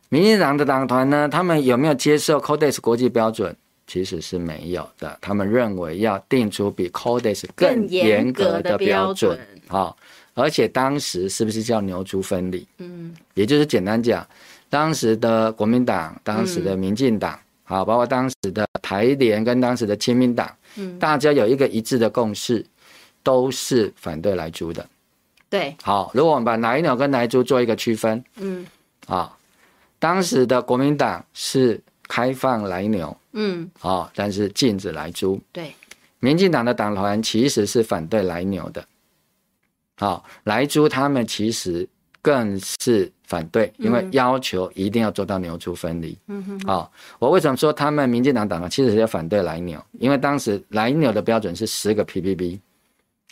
Speaker 2: 民进党的党团呢，他们有没有接受 Codex 国际标准？其实是没有的，他们认为要定出比 Codex
Speaker 1: 更
Speaker 2: 更
Speaker 1: 严
Speaker 2: 严
Speaker 1: 格
Speaker 2: 格
Speaker 1: 的
Speaker 2: 的
Speaker 1: 标
Speaker 2: 标
Speaker 1: 准
Speaker 2: 准啊、而且当时是不是叫牛猪分离？
Speaker 1: 嗯，
Speaker 2: 也就是简单讲，当时的国民党、当时的民进党，好、包括当时的台联跟当时的亲民党，
Speaker 1: 嗯
Speaker 2: 大家有一个一致的共识，都是反对来猪的。
Speaker 1: 对，
Speaker 2: 好，如果我们把奶鸟跟奶猪做一个区分
Speaker 1: 嗯
Speaker 2: 啊，当时的国民党是开放奶牛
Speaker 1: 嗯，
Speaker 2: 啊，但是禁止奶猪。
Speaker 1: 对，
Speaker 2: 民进党的党团其实是反对奶牛的，啊，奶猪他们其实更是反对，因为要求一定要做到牛猪分离。
Speaker 1: 嗯哼，
Speaker 2: 啊，我为什么说他们民进党党团其实是要反对来牛？因为当时来牛的标准是十个 ppb。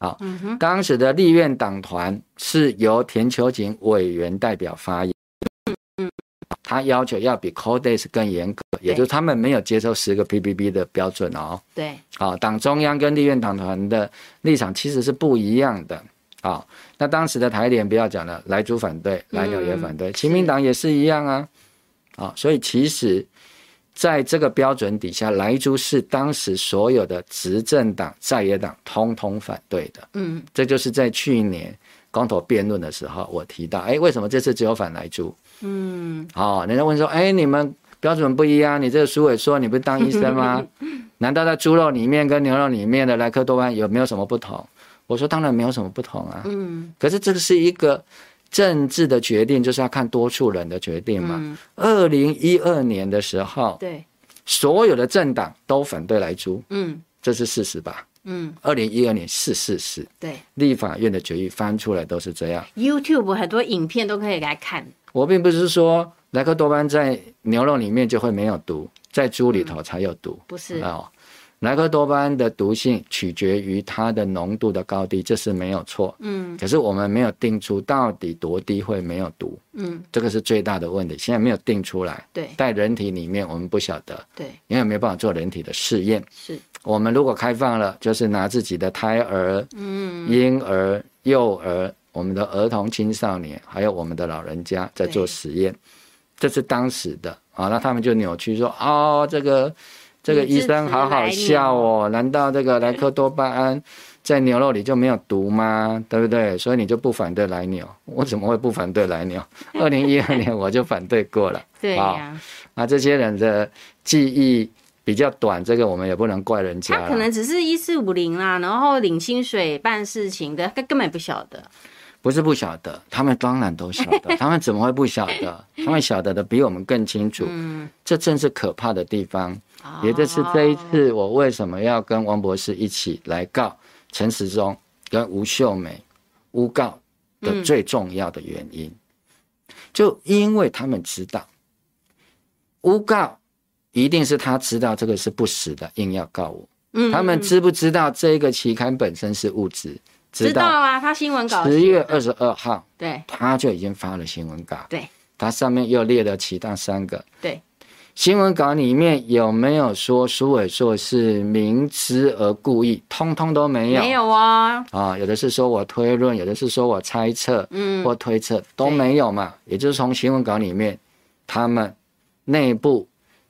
Speaker 2: 啊，
Speaker 1: 嗯
Speaker 2: 当时的立院党团是由田秋瑾委员代表发言，
Speaker 1: 嗯
Speaker 2: 他要求要比 Codex 更严格，也就是他们没有接受十个 ppb 的标准哦。
Speaker 1: 对，
Speaker 2: 啊，党中央跟立院党团的立场其实是不一样的。啊，那当时的台联不要讲了，莱猪反对，莱牛也反对，亲民党也是一样啊。啊，所以其实在这个标准底下，莱猪是当时所有的执政党、在野党通通反对的。
Speaker 1: 嗯，
Speaker 2: 这就是在去年公投辩论的时候，我提到，哎，为什么这次只有反莱猪？嗯，哦，人家问说，哎，你们标准不一样，你这个苏伟说你不是当医生吗？难道在猪肉里面跟牛肉里面的莱克多巴胺有没有什么不同？我说当然没有什么不同啊。
Speaker 1: 嗯，
Speaker 2: 可是这个是一个政治的决定，就是要看多数人的决定嘛。二零一二年的时候，
Speaker 1: 嗯对，
Speaker 2: 所有的政党都反对来租，
Speaker 1: 嗯
Speaker 2: 这是事实吧？
Speaker 1: 嗯，
Speaker 2: 二零一二年是事实，
Speaker 1: 对
Speaker 2: 立法院的决议翻出来都是这样。
Speaker 1: ，YouTube 很多影片都可以来看，
Speaker 2: 我并不是说莱克多巴胺在牛肉里面就会没有毒，在猪里头才有毒。
Speaker 1: 嗯不是？
Speaker 2: 哦，莱克多巴胺的毒性取决于它的浓度的高低，这是没有错。
Speaker 1: 嗯
Speaker 2: 可是我们没有定出到底多低会没有毒，
Speaker 1: 嗯，
Speaker 2: 这个是最大的问题。现在没有定出来，
Speaker 1: 对
Speaker 2: 在人体里面我们不晓得，
Speaker 1: 对
Speaker 2: 因为没有办法做人体的试验。
Speaker 1: 是，
Speaker 2: 我们如果开放了，就是拿自己的胎儿、
Speaker 1: 嗯
Speaker 2: 婴儿、幼儿、我们的儿童、青少年，还有我们的老人家在做实验，这是当时的啊。那他们就扭曲说：“哦，这个这个医生好好笑哦，难道这 个莱克多巴胺在牛肉里就没有毒吗？对不对？所以你就不反对来牛？我怎么会不反对来牛？二零一二 年我就反对过了。”
Speaker 1: 对
Speaker 2: 好
Speaker 1: 呀、
Speaker 2: 那这些人的记忆比较短，这个我们也不能怪人家啦。
Speaker 1: 他可能只是一四五零啦，然后领薪水办事情的，他根本不晓得。
Speaker 2: 不是不晓得，他们当然都晓 得，他们怎么会不晓得？他们晓得的比我们更清楚，
Speaker 1: 嗯，
Speaker 2: 这正是可怕的地方。
Speaker 1: 哦
Speaker 2: 也就是这一次，我为什么要跟王博士一起来告陈时中跟吴秀梅诬告的最重要的原因，就因为他们知道诬告一定是他知道这个是不实的，硬要告我。
Speaker 1: 嗯
Speaker 2: 他们
Speaker 1: 嗯
Speaker 2: 知不知道这个期刊本身是物质？
Speaker 1: 知
Speaker 2: 知
Speaker 1: 道
Speaker 2: 道。
Speaker 1: 啊，他新闻稿
Speaker 2: 十月
Speaker 1: 写的
Speaker 2: 二十二号。
Speaker 1: 对
Speaker 2: 他就已经发了新闻稿，
Speaker 1: 对
Speaker 2: 他上面又列了其他三个
Speaker 1: 对，
Speaker 2: 新闻稿里面有没有说苏伟硕是明知而故意，通通都没有，
Speaker 1: 没有哦，
Speaker 2: 啊，有的是说我推论，有的是说我猜测
Speaker 1: 嗯，
Speaker 2: 或推测都没有嘛，也就是从新闻稿里面，他们内部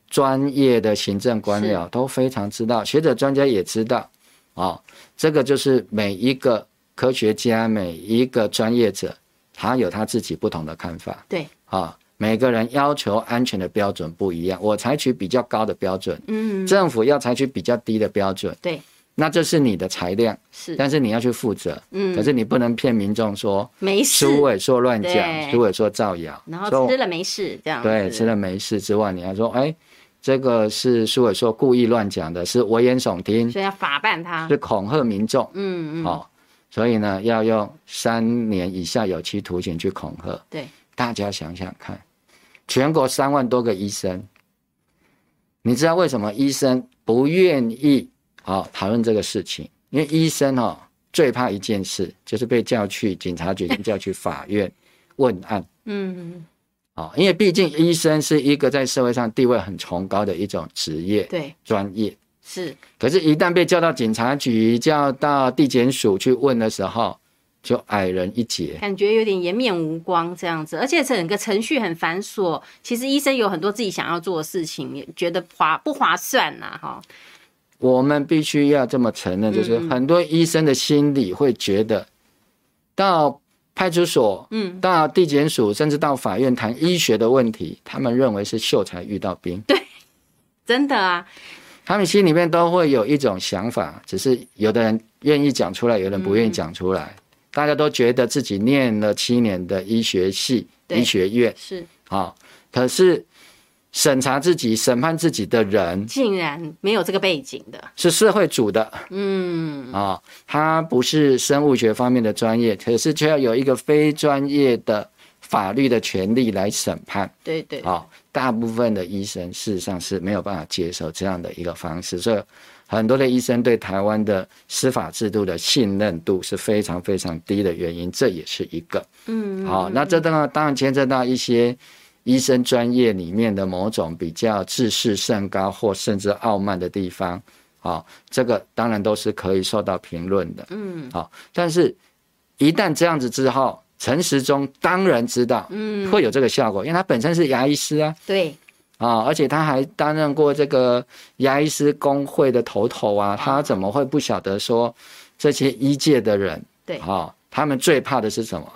Speaker 2: 专业的行政官僚都非常知道，学者专家也知道，哦，这个就是每一个科学家、每一个专业者，他有他自己不同的看法
Speaker 1: 对，
Speaker 2: 啊、每个人要求安全的标准不一样，我采取比较高的标准，
Speaker 1: 嗯，
Speaker 2: 政府要采取比较低的标准，
Speaker 1: 对，
Speaker 2: 那这是你的裁量，
Speaker 1: 是，
Speaker 2: 但是你要去负责，可
Speaker 1: 嗯，
Speaker 2: 是你不能骗民众说
Speaker 1: 没事，
Speaker 2: 苏伟说乱
Speaker 1: 对
Speaker 2: 讲，苏伟说造谣，
Speaker 1: 然后
Speaker 2: 说
Speaker 1: 吃了没事这样子，
Speaker 2: 对吃了没事之外，你还说哎，这个是苏伟说故意乱讲的，是危言耸听，
Speaker 1: 所以要法办他，
Speaker 2: 是恐吓民众，
Speaker 1: 嗯嗯，
Speaker 2: 哦，所以呢要用三年以下有期徒刑去恐吓。
Speaker 1: 对，
Speaker 2: 大家想想看，全国三万多个医生，你知道为什么医生不愿意哦讨论这个事情？因为医生哦最怕一件事，就是被叫去警察局、叫去法院问案
Speaker 1: 嗯，
Speaker 2: 哦，因为毕竟医生是一个在社会上地位很崇高的一种职业
Speaker 1: 对，
Speaker 2: 专业。
Speaker 1: 是，
Speaker 2: 可是，一旦被叫到警察局、叫到地检署去问的时候，就矮人一截。
Speaker 1: 感觉有点颜面无光这样子，而且整个程序很繁琐。其实医生有很多自己想要做的事情，也觉得划不划算呐、哈，
Speaker 2: 我们必须要这么承认，就是
Speaker 1: 嗯嗯
Speaker 2: 很多医生的心里会觉得，到派出所、
Speaker 1: 嗯，
Speaker 2: 到地检署，甚至到法院谈医学的问题，他们认为是秀才遇到兵，
Speaker 1: 真的啊，
Speaker 2: 他们心里面都会有一种想法，只是有的人愿意讲出来，有的人不愿意讲出
Speaker 1: 嗯
Speaker 2: 来。大家都觉得自己念了七年的医学系、
Speaker 1: 对
Speaker 2: 医学院
Speaker 1: 是，
Speaker 2: 啊、可是审查自己、审判自己的人
Speaker 1: 竟然没有这个背景的，
Speaker 2: 是社会主的。
Speaker 1: 嗯，
Speaker 2: 啊、他不是生物学方面的专业，可是却要有一个非专业的法律的权利来审判
Speaker 1: 对对，
Speaker 2: 啊、大部分的医生事实上是没有办法接受这样的一个方式，所以很多的医生对台湾的司法制度的信任度是非常非常低的原因，这也是一个。
Speaker 1: 嗯，
Speaker 2: 好、那这当然当然牵涉到一些医生专业里面的某种比较自视甚高或甚至傲慢的地方，好、这个当然都是可以受到评论的，
Speaker 1: 嗯，
Speaker 2: 好、但是一旦这样子之后，陈时中当然知道，嗯，会有这个效果，因为他本身是牙医师啊，
Speaker 1: 对，
Speaker 2: 啊、而且他还担任过这个牙医师工会的头头
Speaker 1: 嗯
Speaker 2: 啊，他怎么会不晓得说这些医界的人
Speaker 1: 对
Speaker 2: 啊、他们最怕的是什么？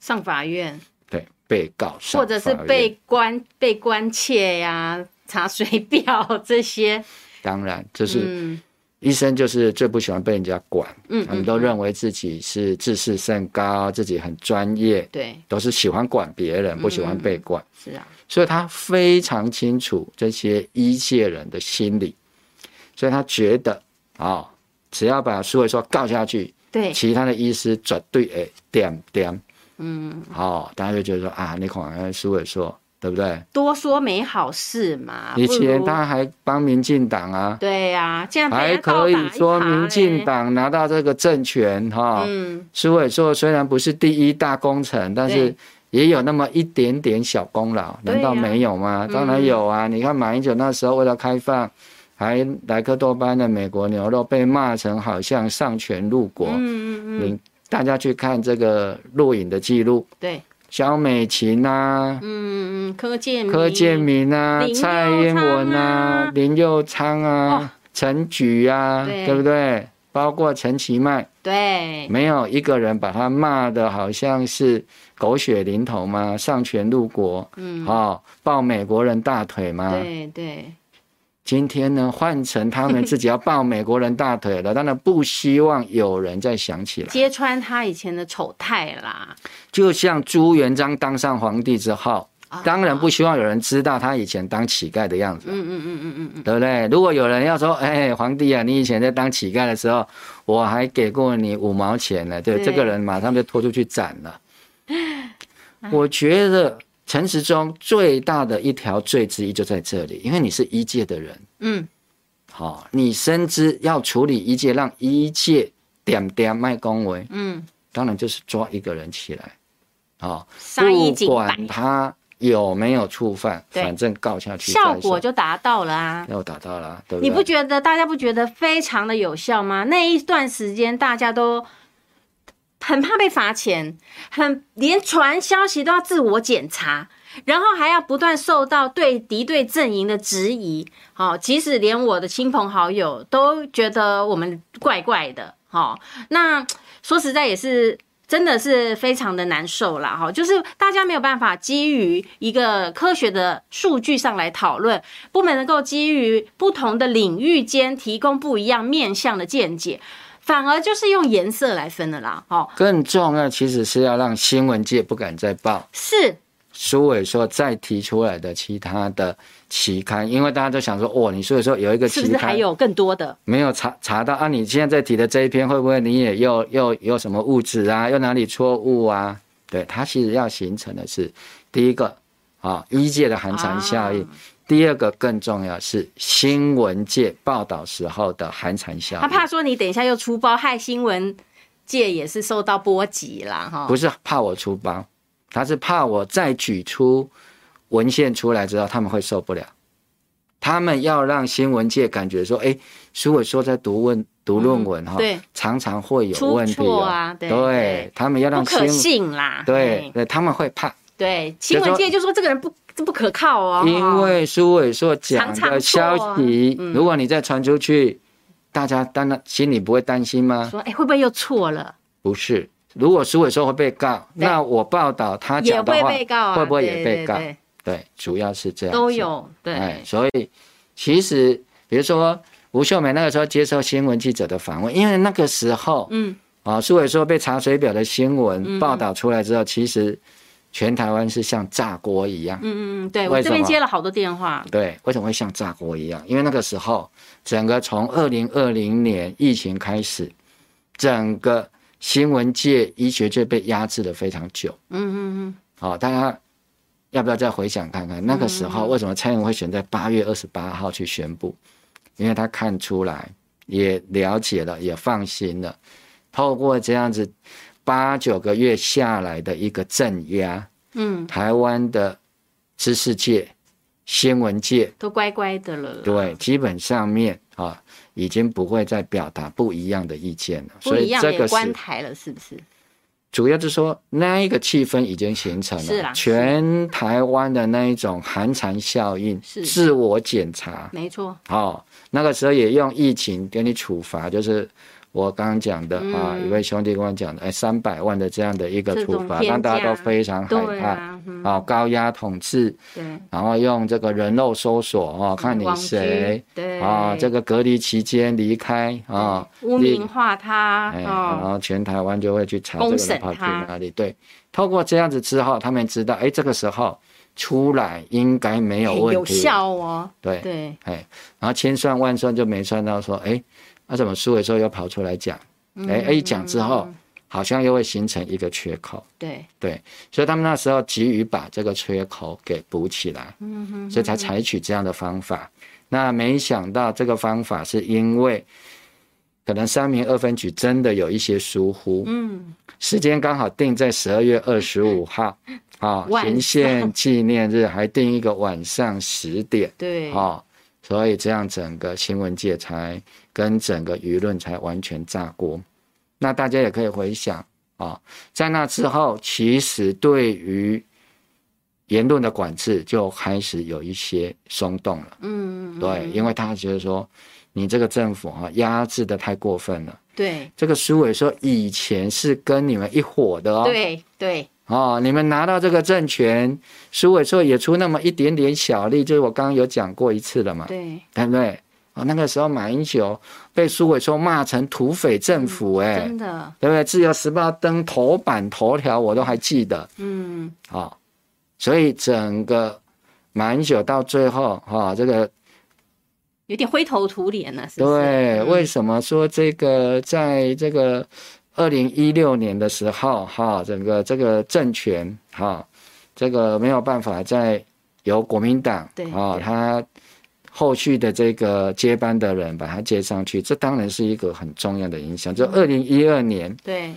Speaker 1: 上法院，
Speaker 2: 对，被告上
Speaker 1: 或者是
Speaker 2: 法院
Speaker 1: 被关被关切呀、查水表这些，
Speaker 2: 当然就是
Speaker 1: 嗯，
Speaker 2: 医生就是最不喜欢被人家管，
Speaker 1: 嗯
Speaker 2: 他们都认为自己是自视甚高，自己很专业，
Speaker 1: 对，
Speaker 2: 都是喜欢管别人，不喜欢被管，
Speaker 1: 是啊，
Speaker 2: 所以他非常清楚这些医界人的心理，所以他觉得啊、只要把苏伟说告下去，
Speaker 1: 对，
Speaker 2: 其他的医师绝对会点点，
Speaker 1: 嗯，
Speaker 2: 哦，大家就觉得说啊，你恐吓苏伟说对不对？
Speaker 1: 多说没好事嘛，
Speaker 2: 以
Speaker 1: 啊不
Speaker 2: 前
Speaker 1: 如
Speaker 2: 他还帮民进党啊，
Speaker 1: 对呀、这样被
Speaker 2: 还
Speaker 1: 人家倒
Speaker 2: 可
Speaker 1: 打
Speaker 2: 以
Speaker 1: 一
Speaker 2: 说
Speaker 1: 耙
Speaker 2: 民进
Speaker 1: 嘞，
Speaker 2: 党拿到这个政权哈，
Speaker 1: 嗯，
Speaker 2: 苏伟硕虽然不是第一大工程，但是也有那么一点点小功劳，
Speaker 1: 对
Speaker 2: 难道
Speaker 1: 呀嗯
Speaker 2: 没有吗？当然有啊！你看马英九那时候为了开放，还莱克多巴胺的美国牛肉被骂成好像上权入国。嗯嗯嗯，你大家去看这个录影的记录，
Speaker 1: 对，
Speaker 2: 萧美琴啊。
Speaker 1: 嗯嗯，柯建
Speaker 2: 柯建
Speaker 1: 明，
Speaker 2: 明啊
Speaker 1: 林，佑
Speaker 2: 蔡英文
Speaker 1: 昌啊
Speaker 2: 啊，林佑昌
Speaker 1: 哦
Speaker 2: 啊，陈菊啊，
Speaker 1: 对
Speaker 2: 对不对？包括陈其迈，
Speaker 1: 对，
Speaker 2: 没有一个人把他骂的好像是狗血淋头吗？上权入国，
Speaker 1: 嗯，
Speaker 2: 哦，抱美国人大腿吗？
Speaker 1: 对对，
Speaker 2: 今天呢，换成他们自己要抱美国人大腿 了，当然不希望有人再想起来。
Speaker 1: 揭穿他以前的丑态啦，
Speaker 2: 就像朱元璋当上皇帝之后，
Speaker 1: 啊
Speaker 2: 当然不希望有人知道他以前当乞丐的样子，
Speaker 1: 嗯嗯嗯嗯嗯嗯，
Speaker 2: 对不对？如果有人要说，哎，皇帝啊，你以前在当乞丐的时候，我还给过你五毛钱呢，对，
Speaker 1: 对
Speaker 2: 这个人马上就拖出去斩 了。我觉得陈时中最大的一条罪之一就在这里，因为你是医界的人，
Speaker 1: 嗯，
Speaker 2: 好、你深知要处理医界，让医界点点卖恭维，
Speaker 1: 嗯，
Speaker 2: 当然就是抓一个人起来，好、
Speaker 1: 上一
Speaker 2: 不
Speaker 1: 警白
Speaker 2: 管，他有没有触犯，
Speaker 1: 对
Speaker 2: 反正告下去再说，
Speaker 1: 效果就达到了啊。
Speaker 2: 要打到了，对不对？
Speaker 1: 你不觉得大家不觉得非常的有效吗？那一段时间大家都很怕被罚钱，很连传消息都要自我检查，然后还要不断受到对敌对阵营的质疑。好、即使连我的亲朋好友都觉得我们怪怪的。好、那说实在也是。真的是非常的难受啦，哈，就是大家没有办法基于一个科学的数据上来讨论，部门能够基于不同的领域间提供不一样面向的见解，反而就是用颜色来分的啦，哦，
Speaker 2: 更重要，其实是要让新闻界不敢再报
Speaker 1: 是，
Speaker 2: 苏伟硕再提出来的其他的期刊，因为大家都想说，哦，你苏伟硕有一个
Speaker 1: 是不
Speaker 2: 期
Speaker 1: 是还
Speaker 2: 刊
Speaker 1: 有更多的？
Speaker 2: 没有查查到啊，你现在在提的这一篇会不会你也又又有什么误质啊，又哪里错误啊？对，它其实要形成的是第一个啊，医界的寒蝉效应。
Speaker 1: 啊
Speaker 2: 第二个更重要是新闻界报道时候的寒蝉效
Speaker 1: 他
Speaker 2: 应，
Speaker 1: 怕说你等一下又出包，害新闻界也是受到波及啦，哈、
Speaker 2: 不是怕我出包，他是怕我再举出文献出来之后，他们会受不了。他们要让新闻界感觉说，哎、苏伟说在读论读论文哈、
Speaker 1: 嗯对
Speaker 2: 常常会有
Speaker 1: 出
Speaker 2: 问题、哦
Speaker 1: 错啊对对
Speaker 2: 他们要
Speaker 1: 不
Speaker 2: 让新
Speaker 1: 可
Speaker 2: 闻
Speaker 1: 信嗯啦，
Speaker 2: 对对，他们会怕，
Speaker 1: 对对，新闻界就说这个人不不可靠哦，
Speaker 2: 因为苏伟硕讲
Speaker 1: 常常
Speaker 2: 的
Speaker 1: 错啊
Speaker 2: 消息，如果你再传出去，大家当然心里不会担心吗？
Speaker 1: 说哎会不会又错了？
Speaker 2: 不是，如果苏伟硕会被告，
Speaker 1: 对
Speaker 2: 那我报道他
Speaker 1: 也
Speaker 2: 讲的
Speaker 1: 会
Speaker 2: 话，
Speaker 1: 被告啊，
Speaker 2: 会不会也
Speaker 1: 对
Speaker 2: 被告？
Speaker 1: 对
Speaker 2: 对，主要是这
Speaker 1: 对
Speaker 2: 样，
Speaker 1: 都。有，对
Speaker 2: 哎，，所以其实比如说吴秀梅那个时候接受新闻记者的访问，因为那个时候
Speaker 1: 嗯，
Speaker 2: 啊，苏伟说被查水表的新闻报道出来之后，其实全台湾是像炸锅一样。
Speaker 1: 嗯嗯，对我
Speaker 2: 为什
Speaker 1: 这边
Speaker 2: 么
Speaker 1: 接了好多电话，
Speaker 2: 对，为什么会像炸锅一样？因为那个时候，整个从二零二零年疫情开始，整个新闻界、医学界被压制的非常久。
Speaker 1: 嗯嗯嗯，
Speaker 2: 好、大家要不要再回想看看那个时候为什么蔡英文会选在八月二十八号去宣布？因为他看出来，也了解了，也放心了。透过这样子八九个月下来的一个镇压，
Speaker 1: 嗯，
Speaker 2: 台湾的知识界、新闻界，
Speaker 1: 都乖乖的了啦。
Speaker 2: 对，基本上面啊，已经不会再表达不一样的意见了。
Speaker 1: 不
Speaker 2: 所
Speaker 1: 一
Speaker 2: 以
Speaker 1: 样
Speaker 2: 这
Speaker 1: 也
Speaker 2: 个
Speaker 1: 关
Speaker 2: 是
Speaker 1: 台了，是不是？
Speaker 2: 主要就是说那一个气氛已经形成
Speaker 1: 是啦
Speaker 2: 了，全台湾的那一种寒蝉效应，
Speaker 1: 是
Speaker 2: 自我检查。
Speaker 1: 没错，
Speaker 2: 哦，那个时候也用疫情给你处罚，就是我刚刚讲
Speaker 1: 嗯
Speaker 2: 的、啊，一位兄弟跟我讲的，哎，三百万的这样的一个
Speaker 1: 这
Speaker 2: 处
Speaker 1: 种
Speaker 2: 罚，
Speaker 1: 天
Speaker 2: 让大家
Speaker 1: 价
Speaker 2: 都非常害
Speaker 1: 对
Speaker 2: 怕。
Speaker 1: 啊，嗯，
Speaker 2: 啊、高压统治，
Speaker 1: 对，
Speaker 2: 然后用这个人肉搜索哦，看
Speaker 1: 嗯
Speaker 2: 你
Speaker 1: 网居
Speaker 2: 谁
Speaker 1: 对
Speaker 2: 啊、这个隔离期间离开啊，
Speaker 1: 污
Speaker 2: 例
Speaker 1: 名化他
Speaker 2: 哎，然
Speaker 1: 哦，
Speaker 2: 后全台湾就会去查这
Speaker 1: 公
Speaker 2: 个
Speaker 1: 审
Speaker 2: 人跑去
Speaker 1: 他
Speaker 2: 哪里。对，透过这样子之后，他们知道，哎，这个时候出来应该没有
Speaker 1: 哎
Speaker 2: 问
Speaker 1: 有
Speaker 2: 题。
Speaker 1: 效哦，
Speaker 2: 对，
Speaker 1: 对，
Speaker 2: 哎，然后千算万算就没算到说，哎，那、怎么输的时候又跑出来讲？哎，
Speaker 1: 嗯
Speaker 2: 哎一讲之后，好像又会形成一个缺口。
Speaker 1: 对，
Speaker 2: 对，所以他们那时候急于把这个缺口给补起来，嗯哼，所以才采取这样的方法。那没想到这个方法是因为可能三民二分局真的有一些疏忽，
Speaker 1: 嗯，
Speaker 2: 时间刚好定在十二月二十五号，啊、
Speaker 1: 晚
Speaker 2: 行宪纪念日还定一个晚上十点，
Speaker 1: 对，
Speaker 2: 哦，所以这样整个新闻界才跟整个舆论才完全炸锅。那大家也可以回想啊、哦，在那之后，其实对于言论的管制就开始有一些松动了。
Speaker 1: 嗯，嗯
Speaker 2: 对，因为他觉得说，你这个政府哈、压制的太过分了。
Speaker 1: 对，
Speaker 2: 这个苏伟说，以前是跟你们一伙的哦，
Speaker 1: 对，对，
Speaker 2: 哦，你们拿到这个政权，苏伟说也出那么一点点小力，就是我刚刚有讲过一次了嘛。
Speaker 1: 对，
Speaker 2: 对不对？啊、那个时候马英九被苏伟说骂成土匪政府、哎、
Speaker 1: 嗯真的，
Speaker 2: 对不对？《自由时报》登头版头条，我都还记得
Speaker 1: 嗯，
Speaker 2: 啊、所以整个马英九到最后，哈、这个
Speaker 1: 有点灰头土脸了，是不是？
Speaker 2: 对，
Speaker 1: 嗯
Speaker 2: 为什么说这个在这个二零一六年的时候，哈，整个这个政权哈，这个没有办法再由国民党
Speaker 1: 对
Speaker 2: 啊
Speaker 1: 对，
Speaker 2: 他后续的这个接班的人把他接上去，这当然是一个很重要的影响。就
Speaker 1: 嗯
Speaker 2: 二零一二年
Speaker 1: 对，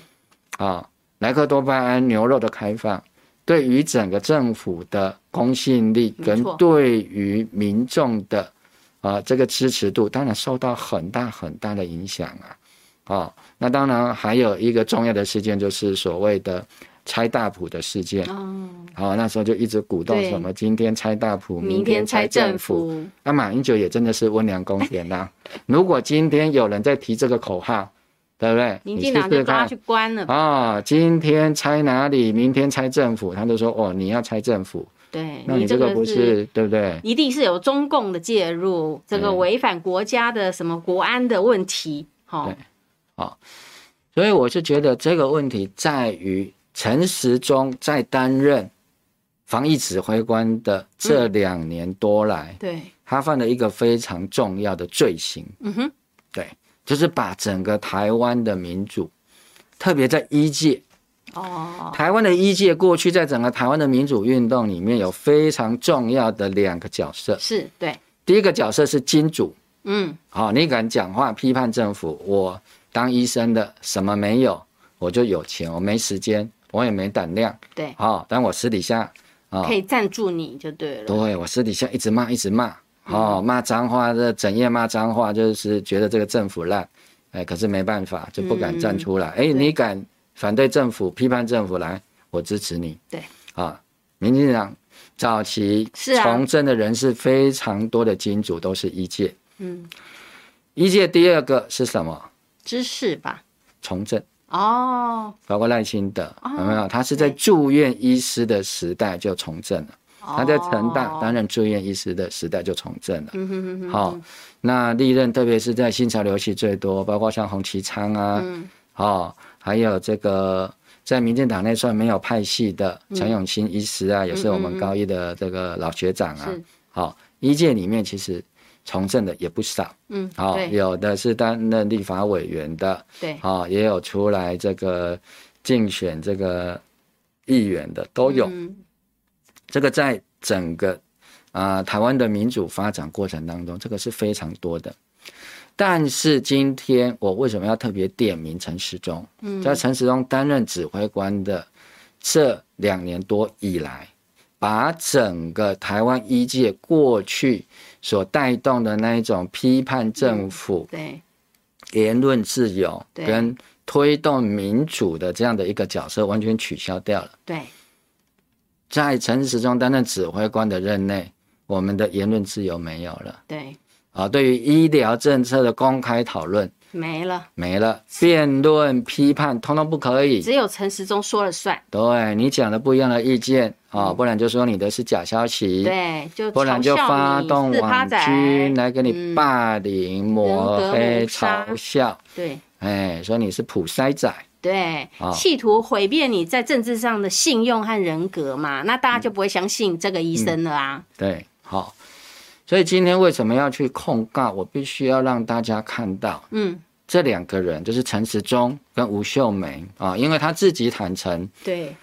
Speaker 2: 啊，莱克多巴胺牛肉的开放。对于整个政府的公信力
Speaker 1: 没
Speaker 2: 跟
Speaker 1: 错
Speaker 2: 对于民众的啊、这个支持度，当然受到很大很大的影响啊。哦，那当然还有一个重要的事件，就是所谓的拆大埔的事件。
Speaker 1: 嗯，
Speaker 2: 好、那时候就一直鼓动
Speaker 1: 对
Speaker 2: 什么今天拆大埔，
Speaker 1: 明天拆
Speaker 2: 拆
Speaker 1: 政
Speaker 2: 府。
Speaker 1: 府，
Speaker 2: 那、马英九也真的是温良恭俭让。如果今天有人在提这个口号，对不对？
Speaker 1: 民
Speaker 2: 你
Speaker 1: 进
Speaker 2: 试
Speaker 1: 党就
Speaker 2: 试
Speaker 1: 抓
Speaker 2: 看
Speaker 1: 去关了，
Speaker 2: 啊、今天拆哪里，明天拆政府，他就说哦，你要拆政府，
Speaker 1: 对，
Speaker 2: 那你这
Speaker 1: 这
Speaker 2: 个不
Speaker 1: 是
Speaker 2: 是对不对？
Speaker 1: 一定是有中共的介入，这个
Speaker 2: 嗯
Speaker 1: 违反国家的什么国安的问题，哦哈
Speaker 2: 对，所以我是觉得这个问题在于陈时中在担任防疫指挥官的这两年多来，
Speaker 1: 对，
Speaker 2: 他犯了一个非常重要的罪行，
Speaker 1: 嗯哼，
Speaker 2: 对，就是把整个台湾的民主，特别在医界，
Speaker 1: 哦，
Speaker 2: 台湾的医界过去在整个台湾的民主运动里面有非常重要的两个角色，
Speaker 1: 是对，
Speaker 2: 第一个角色是金主，
Speaker 1: 嗯，
Speaker 2: 好、你敢讲话批判政府，我当医生的什么没有，我就有钱，我没时间，我也没胆量，
Speaker 1: 对，
Speaker 2: 好、但我私底下，哦
Speaker 1: 可以赞助你就对了，
Speaker 2: 对我私底下一直骂，一直骂，
Speaker 1: 嗯
Speaker 2: 哦，骂脏话，这整夜骂脏话，就是觉得这个政府烂，哎，可是没办法，就不敢站出
Speaker 1: 嗯
Speaker 2: 来，哎、你敢反对政府、批判政府来，我支持你，
Speaker 1: 对，
Speaker 2: 啊、民进党早期
Speaker 1: 是啊
Speaker 2: 从政的人是非常多的金主，都是一届。
Speaker 1: 嗯，
Speaker 2: 一届第二个是什么？
Speaker 1: 知识吧，
Speaker 2: 从政，
Speaker 1: 哦，
Speaker 2: 包括赖清德，有没有？他是在住院医师的时代就从政了，他
Speaker 1: 他
Speaker 2: 在成大担任住院医师的时代就从政了。
Speaker 1: 嗯哼哼哼，
Speaker 2: 好、那历任特别是在新潮流系最多，包括像洪其昌啊，
Speaker 1: 嗯
Speaker 2: 哦，还有这个在民进党内算没有派系的
Speaker 1: 嗯
Speaker 2: 陈永新医师啊，也是我们高一的这个老学长啊
Speaker 1: 是。
Speaker 2: 好、医界里面其实从政的也不少，
Speaker 1: 嗯，
Speaker 2: 好、
Speaker 1: 对
Speaker 2: 有的是担任立法委员的，
Speaker 1: 对，
Speaker 2: 啊、也有出来这个竞选这个议员的都有。
Speaker 1: 嗯
Speaker 2: 这个在整个啊、呃台湾的民主发展过程当中，这个是非常多的。但是今天我为什么要特别点名陈时中？嗯，在陈时中担任指挥官的这两年多以来，把整个台湾医界过去所带动的那一种批判政府、
Speaker 1: 对，
Speaker 2: 言论自由
Speaker 1: 对
Speaker 2: 跟推动民主的这样的一个角色完全取消掉了。
Speaker 1: 对，
Speaker 2: 在陈时中担任指挥官的任内，我们的言论自由没有了
Speaker 1: 对，
Speaker 2: 啊，对于医疗政策的公开讨论
Speaker 1: 没了，
Speaker 2: 没了，辩论、批判通通不可以。
Speaker 1: 只有陈时中说了算。
Speaker 2: 对你讲了不一样的意见啊，不然就说你的是假消
Speaker 1: 嗯
Speaker 2: 息。
Speaker 1: 对，就
Speaker 2: 不然就发动网
Speaker 1: 网
Speaker 2: 军来给你霸凌、抹
Speaker 1: 嗯人格
Speaker 2: 黑、
Speaker 1: 抹杀
Speaker 2: 嘲笑，
Speaker 1: 对
Speaker 2: 哎，说你是普筛仔，
Speaker 1: 对
Speaker 2: 啊，
Speaker 1: 企图毁灭你在政治上的信用和人格嘛，那大家就不会相信这个医生了啊。
Speaker 2: 对，好。所以今天为什么要去控告？我必须要让大家看到
Speaker 1: 嗯，
Speaker 2: 这两个人，就是陈时中跟吴秀梅啊，因为他自己坦诚
Speaker 1: 对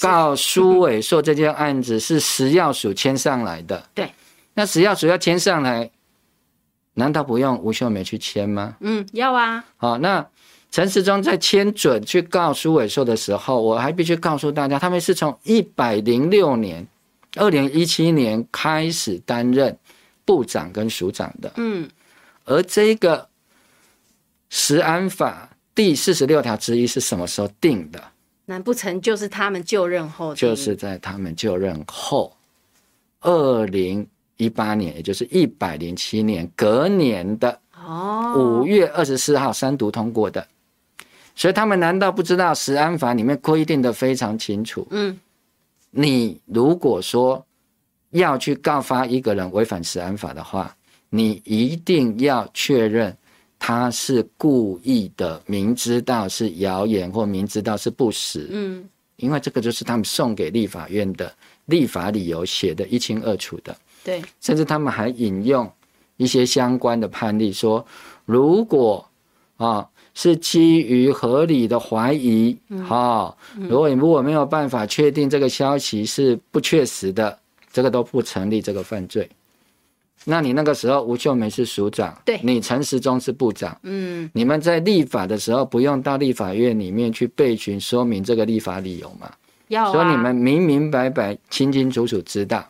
Speaker 2: 告苏伟硕这件案子是食药署签上来的。
Speaker 1: 对，
Speaker 2: 那食药署要签上来，难道不用吴秀梅去签吗？
Speaker 1: 嗯，要啊，
Speaker 2: 好、那陈时中在签准去告苏伟硕的时候，我还必须告诉大家，他们是从一百零六年、二零一七年开始担任部长跟署长的，
Speaker 1: 嗯，
Speaker 2: 而这个食安法第四十六条之一是什么时候定的？
Speaker 1: 难不成就是他们就任后的
Speaker 2: 就是在他们就任后，二零一八年，也就是一百零七年隔年的
Speaker 1: 哦，
Speaker 2: 五月二十四号三读通过的，所以他们难道不知道食安法里面规定的非常清楚？
Speaker 1: 嗯，
Speaker 2: 你如果说要去告发一个人违反食安法的话，你一定要确认他是故意的，明知道是谣言或明知道是不实，
Speaker 1: 嗯，
Speaker 2: 因为这个就是他们送给立法院的立法理由写的一清二楚的。
Speaker 1: 对，
Speaker 2: 甚至他们还引用一些相关的判例说，如果啊是基于合理的怀疑，啊，如果如果没有办法确定这个消息是不确实的，这个都不成立这个犯罪。那你那个时候吴秀梅是署长，
Speaker 1: 对
Speaker 2: 你陈时中是部长，
Speaker 1: 嗯，
Speaker 2: 你们在立法的时候不用到立法院里面去备询说明这个立法理由吗？
Speaker 1: 要啊，
Speaker 2: 所以你们明明白白、清清楚楚知道，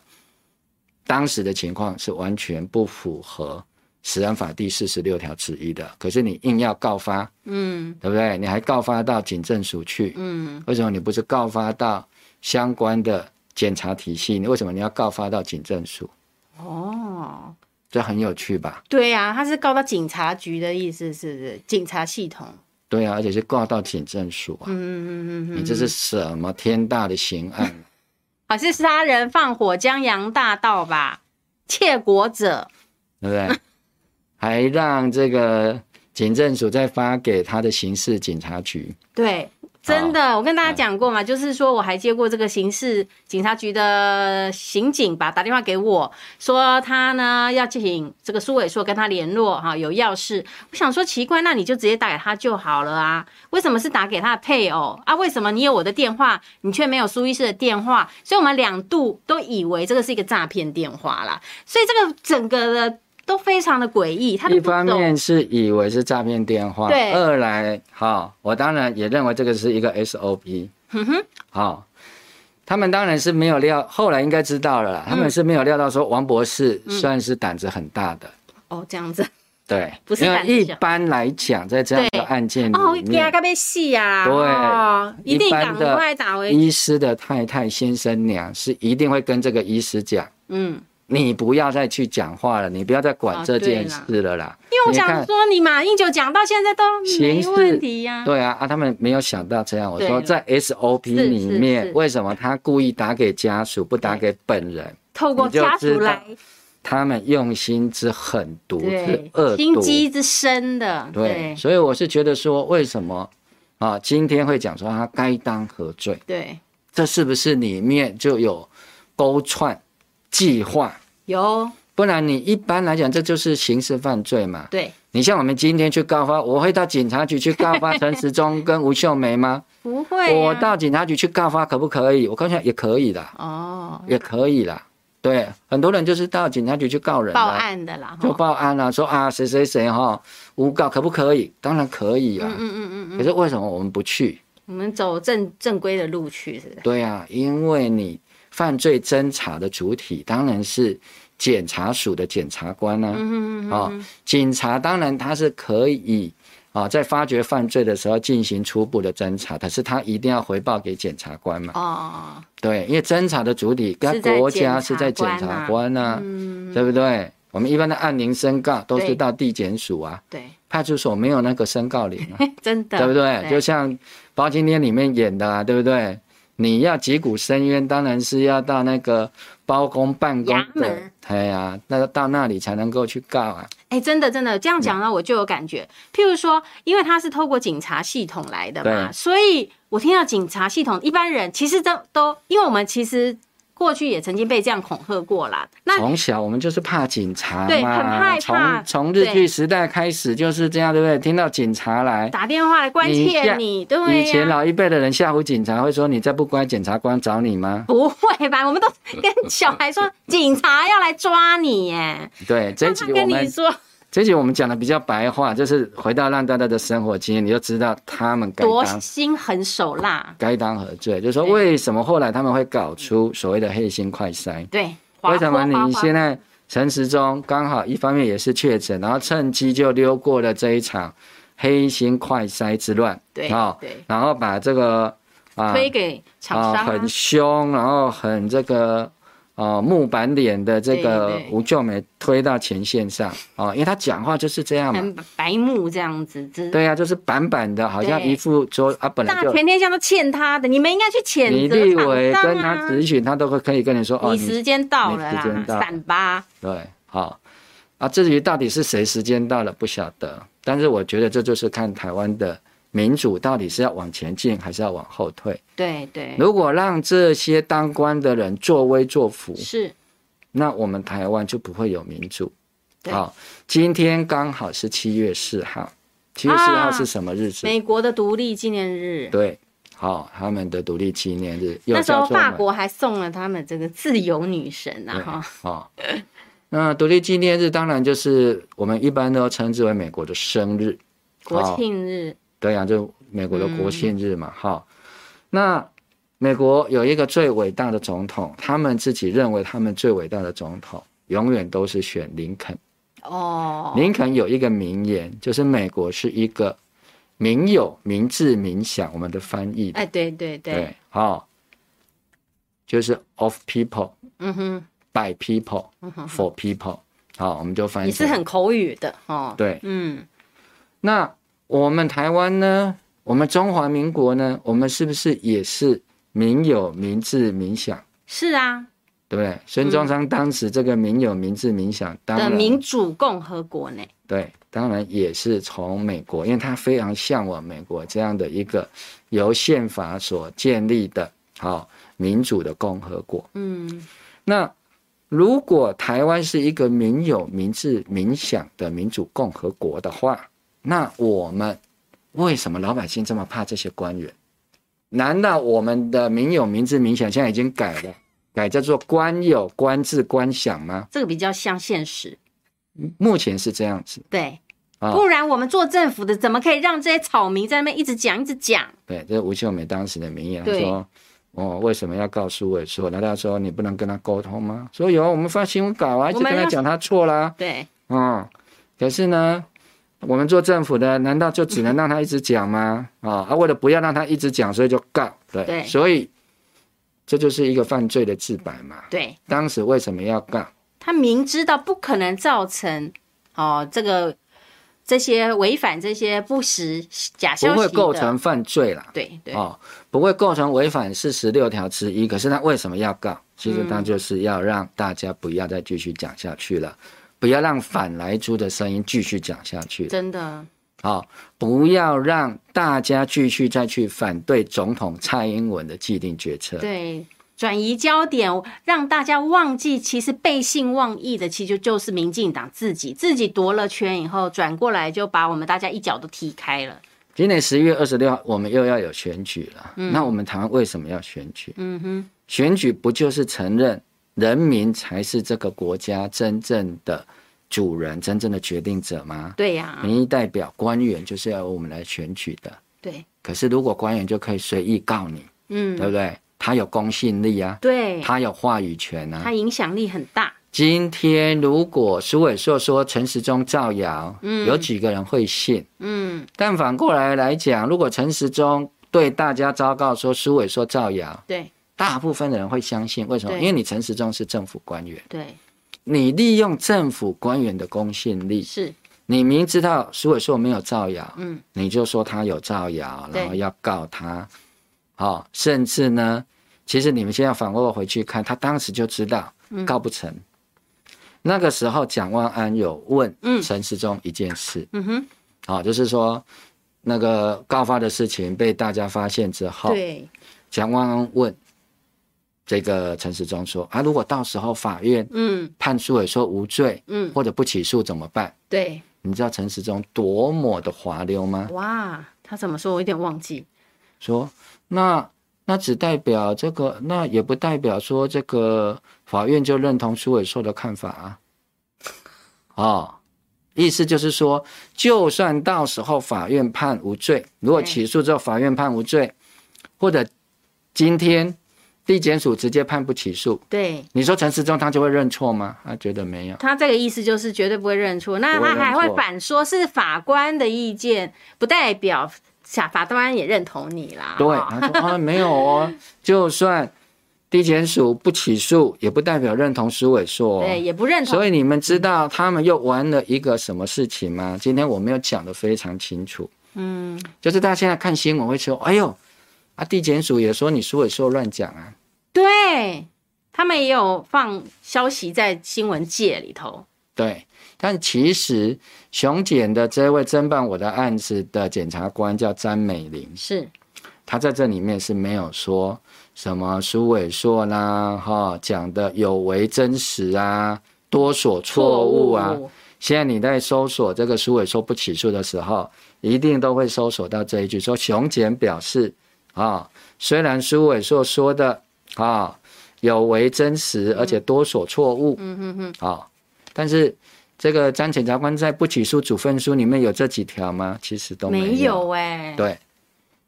Speaker 2: 当时的情况是完全不符合食安法第四十六条之一的，可是你硬要告发，
Speaker 1: 嗯
Speaker 2: 对不对？你还告发到警政署去，
Speaker 1: 嗯，
Speaker 2: 为什么你不是告发到相关的检察体系？你为什么你要告发到警政署？
Speaker 1: 哦，
Speaker 2: 这很有趣吧？
Speaker 1: 对啊，他是告到警察局的意思是不是？警察系统，
Speaker 2: 对啊，而且是告到警政署啊！
Speaker 1: 嗯嗯嗯嗯，
Speaker 2: 你这是什么天大的刑案？
Speaker 1: 好像是杀人放火江洋大盗吧？窃国者，
Speaker 2: 对不对？还让这个警政署再发给他的刑事警察局，
Speaker 1: 对，真的，我跟大家讲过
Speaker 2: 嗯
Speaker 1: 嘛，就是说我还接过这个刑事警察局的刑警吧，打电话给我说他呢要请这个苏伟硕跟他联络哈，有要事。我想说奇怪，那你就直接打给他就好了啊，为什么是打给他的配偶啊？为什么你有我的电话，你却没有苏医师的电话？所以我们两度都以为这个是一个诈骗电话啦，所以这个整个的都非常的诡异，他都
Speaker 2: 一
Speaker 1: 不
Speaker 2: 方
Speaker 1: 懂
Speaker 2: 面是以为是诈骗电话，
Speaker 1: 对
Speaker 2: 二来，哈、我当然也认为这个是一个 SOP，哼哼，
Speaker 1: 嗯
Speaker 2: 好、他们当然是没有料，后来应该知道
Speaker 1: 嗯
Speaker 2: 了啦，他们是没有料到说王博士算是胆子很大的，
Speaker 1: 哦这样子
Speaker 2: 对，
Speaker 1: 不是
Speaker 2: 因为
Speaker 1: 胆子
Speaker 2: 一
Speaker 1: 小
Speaker 2: 怕般来讲，在这样的
Speaker 1: 对
Speaker 2: 案件
Speaker 1: 哦，
Speaker 2: 里
Speaker 1: 压
Speaker 2: 面，
Speaker 1: 个被戏啊！
Speaker 2: 对
Speaker 1: 哦、一定
Speaker 2: 一
Speaker 1: 赶
Speaker 2: 般的
Speaker 1: 快打回去。
Speaker 2: 医师的太太先生娘是一定会跟这个医师讲。
Speaker 1: 嗯，
Speaker 2: 你不要再去讲话了，你不要再
Speaker 1: 啊
Speaker 2: 管这件事了啦。
Speaker 1: 因为我
Speaker 2: 你
Speaker 1: 想
Speaker 2: 看，
Speaker 1: 说，你马英九讲到现在都没
Speaker 2: 形式
Speaker 1: 问题呀、
Speaker 2: 对啊啊，他们没有想到这样。我
Speaker 1: 对
Speaker 2: 说
Speaker 1: 了
Speaker 2: 在 SOP
Speaker 1: 是
Speaker 2: 里
Speaker 1: 是是
Speaker 2: 面，为什么他故意打给家属，不打给本人？
Speaker 1: 透过
Speaker 2: 你就
Speaker 1: 家
Speaker 2: 知
Speaker 1: 属
Speaker 2: 道
Speaker 1: 来，
Speaker 2: 他们用心之狠毒之
Speaker 1: 对
Speaker 2: 恶，毒
Speaker 1: 心，机之深的，
Speaker 2: 对
Speaker 1: 对，
Speaker 2: 所以我是觉得说，为什么啊，今天会讲说他该当何罪？
Speaker 1: 对，
Speaker 2: 这是不是里面就有勾串计划？
Speaker 1: 有
Speaker 2: 不然你一般来讲，这就是刑事犯罪嘛。
Speaker 1: 对，
Speaker 2: 你像我们今天去告发，我会到警察局去告发陈时中跟吴秀梅吗？
Speaker 1: 不会啊、
Speaker 2: 我到警察局去告发可不可以？我告诉你，也可以的，
Speaker 1: 哦，
Speaker 2: 也可以啦。对，很多人就是到警察局去告人、啊，
Speaker 1: 报案的啦，
Speaker 2: 就
Speaker 1: 哈，
Speaker 2: 报案啦、说啊谁谁谁哈诬告，可不可以？当然可以啊。
Speaker 1: 嗯嗯嗯嗯嗯，
Speaker 2: 可是为什么我们不去？
Speaker 1: 我们走正正规的路去，是不是？
Speaker 2: 对啊，因为你犯罪侦查的主体当然是检察署的检察官呢、啊。
Speaker 1: 嗯
Speaker 2: 啊、警察当然他是可以啊、在发掘犯罪的时候进行初步的侦查，可是他一定要回报给检察官嘛。
Speaker 1: 哦，
Speaker 2: 对，因为侦查的主体跟国家是在检察官呐、
Speaker 1: 啊嗯，
Speaker 2: 对不对？我们一般的按铃申告都是
Speaker 1: 对
Speaker 2: 到地检署啊，
Speaker 1: 对，
Speaker 2: 派出所没有那个申告铃啊，
Speaker 1: 真的，
Speaker 2: 对不对？就像《包青天》里面演的啊，对不对？你要击鼓申冤，当然是要到那个包公办公
Speaker 1: 衙
Speaker 2: 的
Speaker 1: 门，
Speaker 2: 哎呀，那到那里才能够去告啊。
Speaker 1: 哎，真的真的，这样
Speaker 2: 嗯
Speaker 1: 讲呢，我就有感觉。譬如说，因为它是透过警察系统来的嘛，
Speaker 2: 对
Speaker 1: 所以我听到警察系统，一般人其实都都，因为我们其实过去也曾经被这样恐吓过啦。那
Speaker 2: 从小我们就是怕警察
Speaker 1: 对很
Speaker 2: 嘛，
Speaker 1: 害怕
Speaker 2: 从从日
Speaker 1: 对
Speaker 2: 剧时代开始就是这样，对不对？听到警察来，
Speaker 1: 打电话来关
Speaker 2: 你
Speaker 1: 切
Speaker 2: 像
Speaker 1: 你，对
Speaker 2: 以前
Speaker 1: 呀、
Speaker 2: 老一辈的人吓唬警察，会说你再不乖，检察官找你吗？
Speaker 1: 不会吧？我们都跟小孩 说，警察要来抓你耶！
Speaker 2: 对，这一
Speaker 1: 那
Speaker 2: 集
Speaker 1: 他
Speaker 2: 我
Speaker 1: 跟你
Speaker 2: 们
Speaker 1: 说
Speaker 2: 这一集我们讲的比较白话，就是回到让大家的生活经验，你就知道他们该
Speaker 1: 多
Speaker 2: 当
Speaker 1: 心狠手辣，
Speaker 2: 该当何罪，就是说
Speaker 1: 对
Speaker 2: 为什么后来他们会搞出所谓的黑心快筛？
Speaker 1: 对，滑
Speaker 2: 为什么
Speaker 1: 坡滑
Speaker 2: 你
Speaker 1: 滑
Speaker 2: 现在陈时中刚好一方面也是确诊，然后趁机就溜过了这一场黑心快筛之乱，
Speaker 1: 对
Speaker 2: 啊
Speaker 1: 对
Speaker 2: 然后把这个啊
Speaker 1: 推给厂商、啊
Speaker 2: 很凶，然后很这个呃木板脸的这个
Speaker 1: 对对
Speaker 2: 吴秀梅推到前线上啊、因为他讲话就是这样嘛，
Speaker 1: 很白目这样子，之
Speaker 2: 对呀、就是板板的，好像
Speaker 1: 对
Speaker 2: 一副说啊本来
Speaker 1: 大
Speaker 2: 就
Speaker 1: 全天下都欠他的，你们应该去谴
Speaker 2: 你
Speaker 1: 责
Speaker 2: 立
Speaker 1: 厂
Speaker 2: 委
Speaker 1: 商
Speaker 2: 跟
Speaker 1: 啊
Speaker 2: 他咨询，他都会可以跟你说哦，
Speaker 1: 你
Speaker 2: 你
Speaker 1: 时间到了
Speaker 2: 你时间
Speaker 1: 啦，
Speaker 2: 到
Speaker 1: 散吧。
Speaker 2: 对，好啊。至于到底是谁时间到了不晓得，但是我觉得这就是看台湾的民主到底是要往前进还是要往后退。
Speaker 1: 对对，
Speaker 2: 如果让这些当官的人作威作福，
Speaker 1: 是，
Speaker 2: 那我们台湾就不会有民主。
Speaker 1: 对
Speaker 2: 好，今天刚好是七月四号，七月四号
Speaker 1: 啊
Speaker 2: 是什么日子？
Speaker 1: 美国的独立纪念日，
Speaker 2: 对，好，他们的独立纪念日又
Speaker 1: 那时
Speaker 2: 叫
Speaker 1: 候
Speaker 2: 做我
Speaker 1: 法
Speaker 2: 们
Speaker 1: 国还送了他们这个自由女神啊，
Speaker 2: 对
Speaker 1: 哈，
Speaker 2: 哦，那独立纪念日当然就是我们一般都称之为美国的生日，
Speaker 1: 国庆日，
Speaker 2: 对呀、就美国的
Speaker 1: 嗯
Speaker 2: 国庆日嘛，哈、那美国有一个最伟大的总统，他们自己认为他们最伟大的总统永远都是选林肯。
Speaker 1: 哦，
Speaker 2: 林肯有一个名言，就是美国是一个民有、民治、民享，我们的翻译
Speaker 1: 哎，对对对，
Speaker 2: 对，好、就是 of people
Speaker 1: 嗯哼，
Speaker 2: by people
Speaker 1: 嗯哼，
Speaker 2: for people，好、我们就翻译
Speaker 1: 你是
Speaker 2: 成
Speaker 1: 很口语的哦，
Speaker 2: 对
Speaker 1: 嗯，
Speaker 2: 那我们台湾呢？我们中华民国呢？我们是不是也是民有、民治、民享，
Speaker 1: 是啊
Speaker 2: 对不对？孙中山当时这个民有、民治、民享，当
Speaker 1: 的
Speaker 2: 然
Speaker 1: 民主共和国呢，
Speaker 2: 对，当然也是从美国，因为他非常向往美国这样的一个由宪法所建立的好、民主的共和国。
Speaker 1: 嗯，
Speaker 2: 那如果台湾是一个民有、民治、民享的民主共和国的话，那我们为什么老百姓这么怕这些官员？难道我们的民有、民治、民享现在已经改了，改叫做官有、官治、官享吗？
Speaker 1: 这个比较像现实，
Speaker 2: 目前是这样子
Speaker 1: 对，
Speaker 2: 啊、
Speaker 1: 不然我们做政府的怎么可以让这些草民在那边一直讲一直讲？
Speaker 2: 对，这是吴秀梅当时的名言，她
Speaker 1: 对
Speaker 2: 说：“哦，为什么要告诉我说？”难道说你不能跟他沟通吗？说有，我们发新闻稿啊，一直
Speaker 1: 我们
Speaker 2: 跟他
Speaker 1: 要
Speaker 2: 讲他错啦。
Speaker 1: 对，
Speaker 2: 哦，可是呢，我们做政府的难道就只能让他一直讲吗？啊、啊，为了不要让他一直讲，所以就告，对，
Speaker 1: 对
Speaker 2: 所以这就是一个犯罪的自白嘛。
Speaker 1: 对
Speaker 2: 当时为什么要告？
Speaker 1: 他明知道不可能造成哦这个这些违反这些不实假消
Speaker 2: 不
Speaker 1: 息
Speaker 2: 会
Speaker 1: 的，
Speaker 2: 构成犯罪啦，
Speaker 1: 对对、
Speaker 2: 哦，不会构成违反四十六条之一。可是他为什么要告？其实他就是要让大家不要再继续讲下去了，不要让反来猪的声音继续讲下去了。
Speaker 1: 真的
Speaker 2: 好、不要让大家继续再去反对总统蔡英文的既定决策。
Speaker 1: 对。转移焦点，让大家忘记，其实背信忘义的，其实就是民进党自己自己夺了圈以后，转过来就把我们大家一脚都踢开了。
Speaker 2: 今年十一月二十六号，我们又要有选举了。那我们台湾为什么要选举？
Speaker 1: 嗯哼，
Speaker 2: 选举不就是承认人民才是这个国家真正的主人、真正的决定者吗？
Speaker 1: 对呀、
Speaker 2: 民意代表、官员就是要由我们来选举的。
Speaker 1: 对，
Speaker 2: 可是如果官员就可以随意告你，对
Speaker 1: 嗯，
Speaker 2: 不对？他有公信力啊，
Speaker 1: 对，
Speaker 2: 他有话语权啊。
Speaker 1: 他影响力很大，
Speaker 2: 今天如果苏伟硕说陈时中造谣，
Speaker 1: 嗯
Speaker 2: 有几个人会信？
Speaker 1: 嗯，
Speaker 2: 但反过来来讲，如果陈时中对大家昭告说苏伟硕造谣，
Speaker 1: 对
Speaker 2: 大部分的人会相信。为什么？
Speaker 1: 对
Speaker 2: 因为你陈时中是政府官员，
Speaker 1: 对
Speaker 2: 你利用政府官员的公信力，
Speaker 1: 是，
Speaker 2: 你明知道苏伟硕没有造谣，
Speaker 1: 嗯
Speaker 2: 你就说他有造谣，
Speaker 1: 对
Speaker 2: 然后要告他，好、甚至呢，其实你们现在反过回去看，他当时就知道
Speaker 1: 嗯
Speaker 2: 告不成。那个时候，蒋万安有问
Speaker 1: 嗯
Speaker 2: 陈时中一件事，
Speaker 1: 嗯哼，
Speaker 2: 好、就是说那个告发的事情被大家发现之后，
Speaker 1: 对
Speaker 2: 蒋万安问这个陈时中说啊，如果到时候法院
Speaker 1: 嗯
Speaker 2: 判苏伟说无罪
Speaker 1: 嗯
Speaker 2: 或者不起诉怎么办？
Speaker 1: 对，
Speaker 2: 你知道陈时中多么的滑溜吗？
Speaker 1: 哇，他怎么说？我有点忘记，
Speaker 2: 说那那只代表这个，那也不代表说这个法院就认同苏伟硕的看法啊。哦，意思就是说，就算到时候法院判无罪，如果
Speaker 1: 对
Speaker 2: 起诉之后法院判无罪，或者今天地检署直接判不起诉，
Speaker 1: 对。
Speaker 2: 你说陈时中他就会认错吗？他觉得没有。
Speaker 1: 他这个意思就是绝对不会认错，那
Speaker 2: 不会
Speaker 1: 他
Speaker 2: 认
Speaker 1: 还会
Speaker 2: 错
Speaker 1: 反说是法官的意见，不代表法法官也认同你啦。
Speaker 2: 对，
Speaker 1: 哦
Speaker 2: 他说啊没有哦，就算地检署不起诉，也不代表认同苏伟硕、哦。
Speaker 1: 对，也不认同。
Speaker 2: 所以你们知道他们又玩了一个什么事情吗？今天我没有讲得非常清楚，
Speaker 1: 嗯，
Speaker 2: 就是大家现在看新闻会说，哎呦，啊，地检署也说你苏伟硕乱讲啊，
Speaker 1: 对他们也有放消息在新闻界里头。
Speaker 2: 对。但其实熊检的这位侦办我的案子的检察官叫詹美玲，
Speaker 1: 是，
Speaker 2: 她在这里面是没有说什么苏伟硕啦，哈，讲的有违真实啊，多所错误啊，现在你在搜索这个苏伟说不起诉的时候，一定都会搜索到这一句，说熊检表示啊、虽然苏伟硕说的啊、有违真实，而且多所错误，嗯嗯嗯，啊、但是这个张检察官在不起诉处分书里面有这几条吗？其实都
Speaker 1: 没
Speaker 2: 有
Speaker 1: 有哎、
Speaker 2: 对，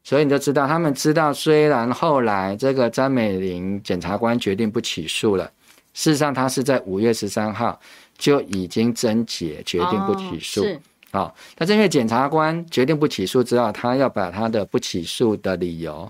Speaker 2: 所以你就知道，他们知道，虽然后来这个詹美玲检察官决定不起诉了，事实上他是在五月十三号就已经侦结，决定不起诉
Speaker 1: 哦。是
Speaker 2: 好、但是因为检察官决定不起诉之后，他要把他的不起诉的理由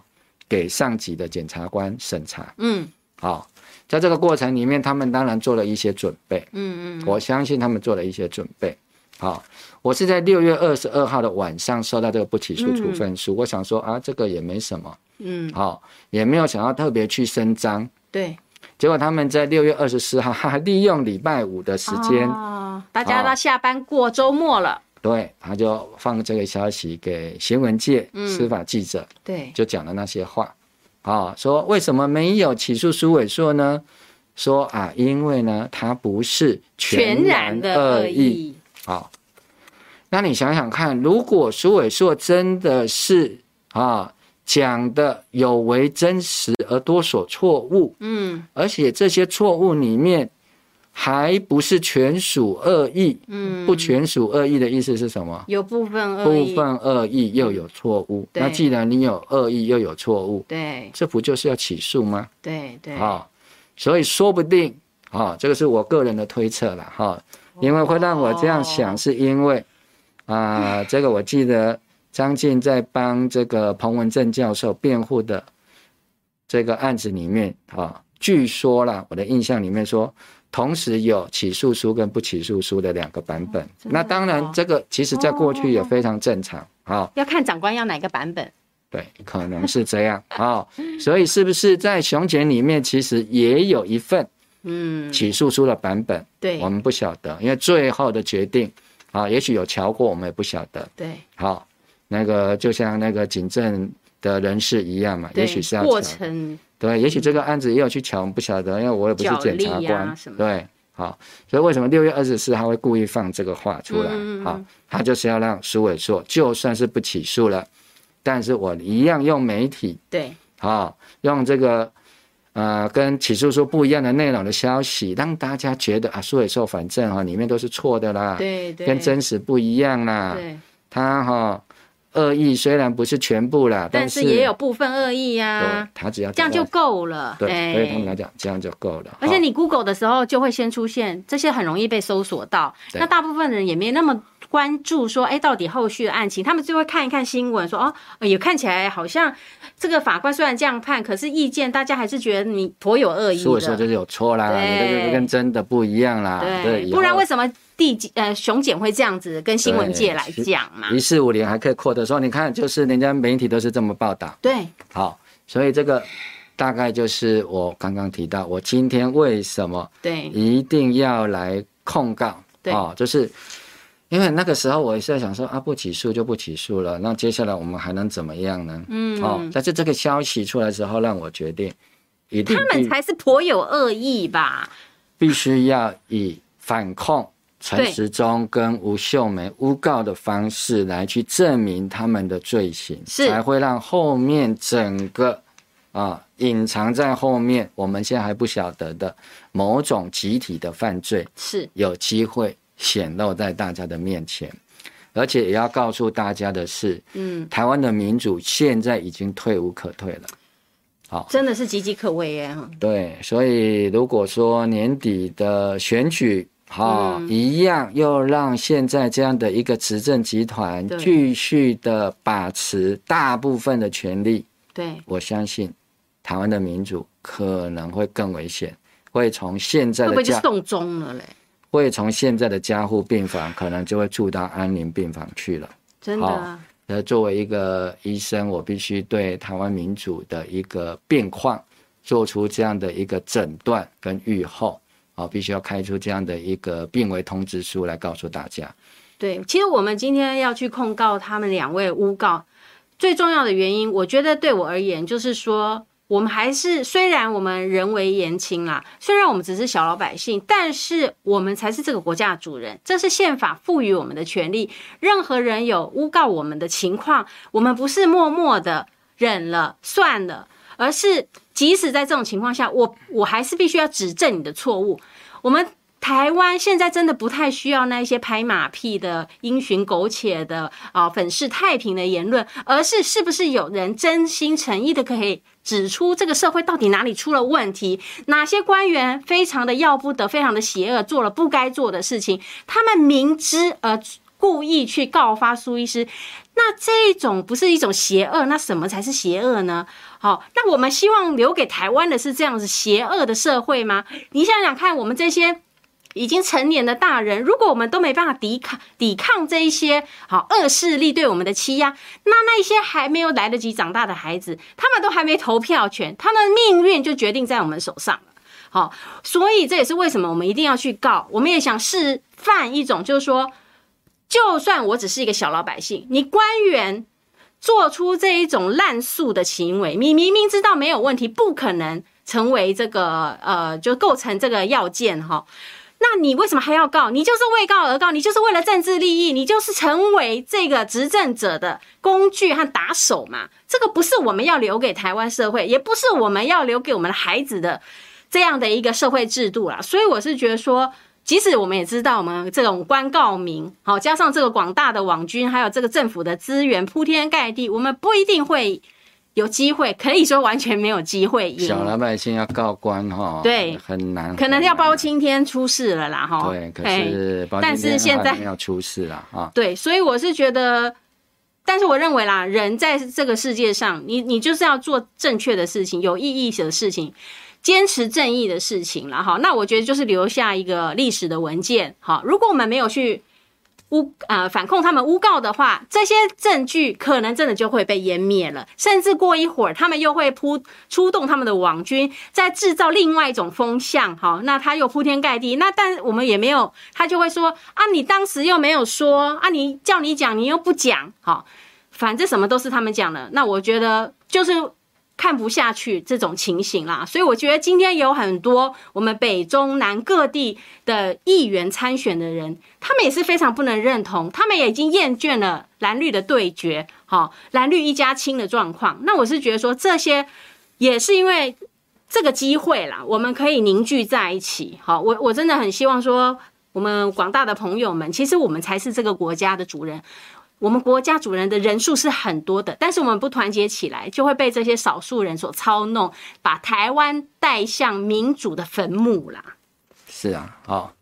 Speaker 2: 给上级的检察官审查。
Speaker 1: 嗯
Speaker 2: 好、在这个过程里面，他们当然做了一些准备。
Speaker 1: 嗯嗯，
Speaker 2: 我相信他们做了一些准备。好，我是在六月二十二号的晚上收到这个不起诉处分书，我想说啊，这个也没什么，
Speaker 1: 嗯，
Speaker 2: 好、也没有想要特别去伸张。
Speaker 1: 对，
Speaker 2: 结果他们在六月二十四号，哈哈，利用礼拜五的时间，
Speaker 1: 哦、大家
Speaker 2: 哦
Speaker 1: 到下班过周末了，
Speaker 2: 对，他就放这个消息给新闻界、
Speaker 1: 嗯
Speaker 2: 司法记者，
Speaker 1: 对，
Speaker 2: 就讲了那些话，啊、说为什么没有起诉苏伟硕呢？说啊，因为呢，他不是
Speaker 1: 全然的恶
Speaker 2: 意
Speaker 1: 意，
Speaker 2: 好、那你想想看，如果苏伟硕真的是啊讲的有违真实而多所错误，
Speaker 1: 嗯
Speaker 2: 而且这些错误里面还不是全属恶意，
Speaker 1: 嗯，
Speaker 2: 不全属恶意的意思是什么？
Speaker 1: 有部分恶
Speaker 2: 部
Speaker 1: 意，
Speaker 2: 分恶意又有错误，
Speaker 1: 对
Speaker 2: 那既然你有恶意又有错误，
Speaker 1: 对
Speaker 2: 这不就是要起诉吗？
Speaker 1: 对对，
Speaker 2: 啊、所以说不定啊、这个是我个人的推测了哈、因为会让我这样想，
Speaker 1: 哦
Speaker 2: 是因为啊、这个我记得张晋在帮这个彭文正教授辩护的这个案子里面啊、据说啦，我的印象里面说。同时有起诉书跟不起诉书的两个版本，
Speaker 1: 真的
Speaker 2: 那当然
Speaker 1: 哦
Speaker 2: 这个其实在过去也非常正常啊、
Speaker 1: 要看长官要哪个版本，
Speaker 2: 对，可能是这样啊、 所以是不是在熊检里面其实也有一份
Speaker 1: 嗯，
Speaker 2: 起诉书的版本，
Speaker 1: 对
Speaker 2: 我们不晓得，因为最后的决定啊，也许有瞧过，我们也不晓得。
Speaker 1: 对
Speaker 2: 好、那个就像那个警政的人士一样嘛，
Speaker 1: 对，
Speaker 2: 啊也许是要
Speaker 1: 过
Speaker 2: 瞧，
Speaker 1: 程，
Speaker 2: 对，也许这个案子也有去瞧，我们不晓得，因为我也不是检察
Speaker 1: 角力
Speaker 2: 官，
Speaker 1: 啊什么
Speaker 2: 对。好，所以为什么六月二十四他会故意放这个话出来？
Speaker 1: 嗯嗯嗯
Speaker 2: 好，他就是要让苏伟硕，就算是不起诉了，但是我一样用媒体
Speaker 1: 对
Speaker 2: 啊、用这个呃跟起诉书不一样的内容的消息，让大家觉得啊，苏伟硕反啊正哈、里面都是错的啦，
Speaker 1: 对对，
Speaker 2: 啊跟真实不一样啦，
Speaker 1: 对
Speaker 2: 他哈、恶意虽然不是全部啦，
Speaker 1: 但
Speaker 2: 是
Speaker 1: 是也有部分恶意呀、
Speaker 2: 对他只要
Speaker 1: 这样就
Speaker 2: 找到
Speaker 1: 够了。
Speaker 2: 对，
Speaker 1: 哎
Speaker 2: 所以他们来讲这样就够了。
Speaker 1: 而且
Speaker 2: 哈
Speaker 1: 你 Google 的时候就会先出现这些，很容易被搜索到。
Speaker 2: 对
Speaker 1: 那大部分人也没那么关注说，哎，到底后续的案情，他们就会看一看新闻，说哦，呃也看起来好像这个法官虽然这样判，可是意见大家还是觉得你颇有恶意
Speaker 2: 所以说
Speaker 1: 的。
Speaker 2: 就是有错啦，
Speaker 1: 对
Speaker 2: 你这个跟真的不一样啦。对，
Speaker 1: 对，不然为
Speaker 2: 为
Speaker 1: 什么地检呃熊检会这样子跟新闻界来讲嘛？
Speaker 2: 一四五零还可以扩的说，你看就是人家媒体都是这么报道。
Speaker 1: 对，
Speaker 2: 好，所以这个大概就是我刚刚提到，我今天为什么
Speaker 1: 对，
Speaker 2: 一定要来控告？
Speaker 1: 对
Speaker 2: 哦，就是因为那个时候我也是在想说啊，不起诉就不起诉了，那接下来我们还能怎么样呢？
Speaker 1: 嗯，
Speaker 2: 哦，但是这个消息出来之后，让我决定一定
Speaker 1: 他们
Speaker 2: 必
Speaker 1: 才是颇有恶意吧？
Speaker 2: 必须要以反控陈
Speaker 1: 对
Speaker 2: 时中跟吴秀梅诬告的方式来去证明他们的罪行，
Speaker 1: 是
Speaker 2: 才会让后面整个啊隐藏在后面我们现在还不晓得的某种集体的犯罪，
Speaker 1: 是，
Speaker 2: 有机会显露在大家的面前。而且也要告诉大家的是，
Speaker 1: 嗯，
Speaker 2: 台湾的民主现在已经退无可退了。
Speaker 1: 真的是岌岌可危耶。嗯
Speaker 2: 对，所以如果说年底的选举，哈、
Speaker 1: 嗯
Speaker 2: 一样又让现在这样的一个执政集团
Speaker 1: 对
Speaker 2: 继续的把持大部分的权利，
Speaker 1: 对，
Speaker 2: 我相信台湾的民主可能会更危险，会从现在啊
Speaker 1: 会不
Speaker 2: 的
Speaker 1: 会就
Speaker 2: 家，
Speaker 1: 送终了嘞？
Speaker 2: 会从现在的加护病房，可能就会住到安宁病房去了。
Speaker 1: 真的
Speaker 2: 好
Speaker 1: 啊。
Speaker 2: 呃，作为一个医生，我必须对台湾民主的一个变况做出这样的一个诊断跟预后，啊、必须要开出这样的一个病危通知书来告诉大家。
Speaker 1: 对，其实我们今天要去控告他们两位诬告，最重要的原因，我觉得对我而言，就是说，我们还是虽然我们人为言轻啦，虽然我们只是小老百姓，但是我们才是这个国家的主人，这是宪法赋予我们的权利。任何人有诬告我们的情况，我们不是默默的忍了算了，而是即使在这种情况下，我我还是必须要指正你的错误。我们台湾现在真的不太需要那一些拍马屁的、因循苟且的啊、粉饰太平的言论，而是是不是有人真心诚意的可以指出这个社会到底哪里出了问题，哪些官员非常的要不得、非常的邪恶，做了不该做的事情，他们明知而故意去告发苏医师。那这种不是一种邪恶，那什么才是邪恶呢？好、那我们希望留给台湾的是这样子邪恶的社会吗？你想想看，我们这些已经成年的大人，如果我们都没办法抵抗抵抗这一些好恶势力对我们的欺压，那那一些还没有来得及长大的孩子，他们都还没投票权，他们的命运就决定在我们手上了。好，所以这也是为什么我们一定要去告，我们也想示范一种，就是说，就算我只是一个小老百姓，你官员做出这一种滥诉的行为，你明明知道没有问题，不可能成为这个呃，就构成这个要件哈、那你为什么还要告？你就是为告而告，你就是为了政治利益，你就是成为这个执政者的工具和打手嘛。这个不是我们要留给台湾社会，也不是我们要留给我们的孩子的这样的一个社会制度啦。所以我是觉得说。即使我们也知道，我们这种官告民，好加上这个广大的网军，还有这个政府的资源铺天盖地，我们不一定会有机会，可以说完全没有机会赢。
Speaker 2: 小老百姓要告官哈，
Speaker 1: 对
Speaker 2: 很难，
Speaker 1: 可能要包
Speaker 2: 包。
Speaker 1: 青天出世了啦，哈。
Speaker 2: 对，可
Speaker 1: 嘿
Speaker 2: 是包
Speaker 1: 但
Speaker 2: 青天
Speaker 1: 是现
Speaker 2: 还
Speaker 1: 在
Speaker 2: 没有出事啦啊。
Speaker 1: 对，所以我是觉得，但是我认为啦，人在这个世界上，你你就是要做正确的事情，有意义的事情。坚持正义的事情啦。哈，那我觉得就是留下一个历史的文件，好，如果我们没有去诬啊反控他们诬告的话，这些证据可能真的就会被湮灭了，甚至过一会儿他们又会铺出动他们的网军，再制造另外一种风向，好，那他又铺天盖地，那但我们也没有，他就会说啊，你当时又没有说啊，你叫你讲你又不讲，好，反正什么都是他们讲的，那我觉得就是。看不下去这种情形啦，所以我觉得今天有很多我们北中南各地的议员参选的人，他们也是非常不能认同，他们也已经厌倦了蓝绿的对决，好、蓝绿一家亲的状况。那我是觉得说，这些也是因为这个机会啦，我们可以凝聚在一起。好，我我真的很希望说，我们广大的朋友们，其实我们才是这个国家的主人。我们国家主人的人数是很多的，但是我们不团结起来，就会被这些少数人所操弄，把台湾带向民主的坟墓啦。
Speaker 2: 是啊，好、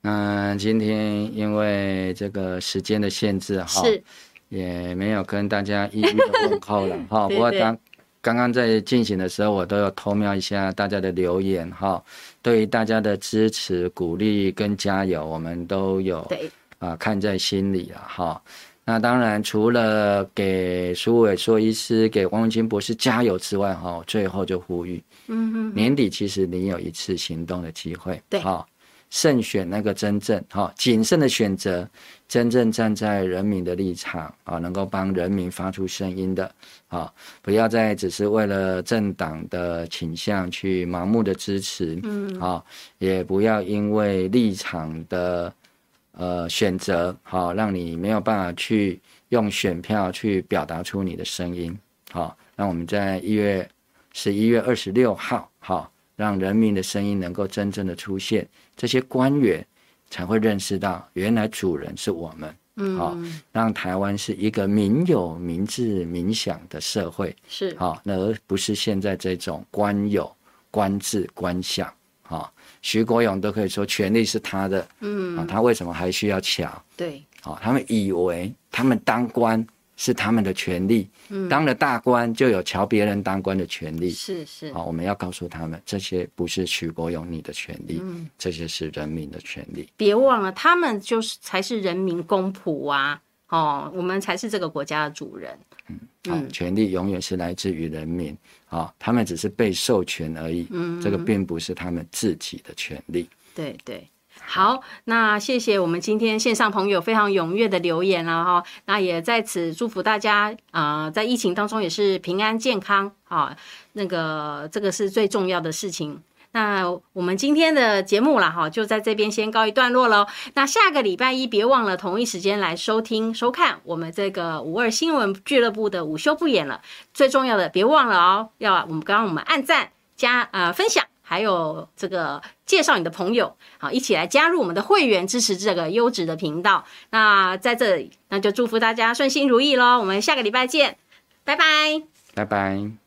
Speaker 2: 那今天因为这个时间的限制哈，
Speaker 1: 是
Speaker 2: 也没有跟大家一一的问 候了哈。
Speaker 1: 对
Speaker 2: 不过
Speaker 1: 对
Speaker 2: 当刚刚在进行的时候，我都有偷瞄一下大家的留言哈。对于大家的支持、鼓励跟加油，我们都有
Speaker 1: 对，
Speaker 2: 啊、看在心里了哈。那当然，除了给苏伟硕医师、给汪文清博士加油之外，哈，最后就呼吁，
Speaker 1: 嗯嗯，
Speaker 2: 年底其实你有一次行动的机会，
Speaker 1: 对
Speaker 2: 哈、慎选那个真正哈、谨慎的选择，真正站在人民的立场啊、能够帮人民发出声音的啊、不要再只是为了政党的倾向去盲目的支持，嗯，啊、也不要因为立场的呃选择，好、让你没有办法去用选票去表达出你的声音，好、那我们在一月十一月二十六号，好、让人民的声音能够真正的出现，这些官员才会认识到，原来主人是我们，
Speaker 1: 嗯，
Speaker 2: 好、让台湾是一个民有、民治、民享的社会，
Speaker 1: 是，
Speaker 2: 好、那而不是现在这种官有、官治、官享，好、徐国勇都可以说权力是他的，
Speaker 1: 嗯，
Speaker 2: 啊，他为什么还需要抢？
Speaker 1: 对，
Speaker 2: 哦，他们以为他们当官是他们的权利，当了大官就有瞧别人当官的权利。哦
Speaker 1: 是是，
Speaker 2: 嗯好、我们要告诉他们，这些不是徐国勇你的权利，这些是人民的权利。
Speaker 1: 别忘了，他们就是才是人民公仆啊！哦，我们才是这个国家的主人。
Speaker 2: 好、哦权利永远是来自于人民。啊、他们只是被授权而已，这个并不是他们自己的权利。
Speaker 1: 对对。好，那谢谢我们今天线上朋友非常踊跃的留言了哈，那也在此祝福大家啊、呃在疫情当中也是平安健康啊，那个这个是最重要的事情。那我们今天的节目啦哈，就在这边先告一段落喽。那下个礼拜一别忘了同一时间来收听收看我们这个五二新闻俱乐部的午休不演了。最重要的别忘了哦，要我们刚刚我们按赞加呃分享，还有这个介绍你的朋友，好一起来加入我们的会员，支持这个优质的频道。那在这里，那就祝福大家顺心如意喽，我们下个礼拜见，拜拜。
Speaker 2: 拜拜。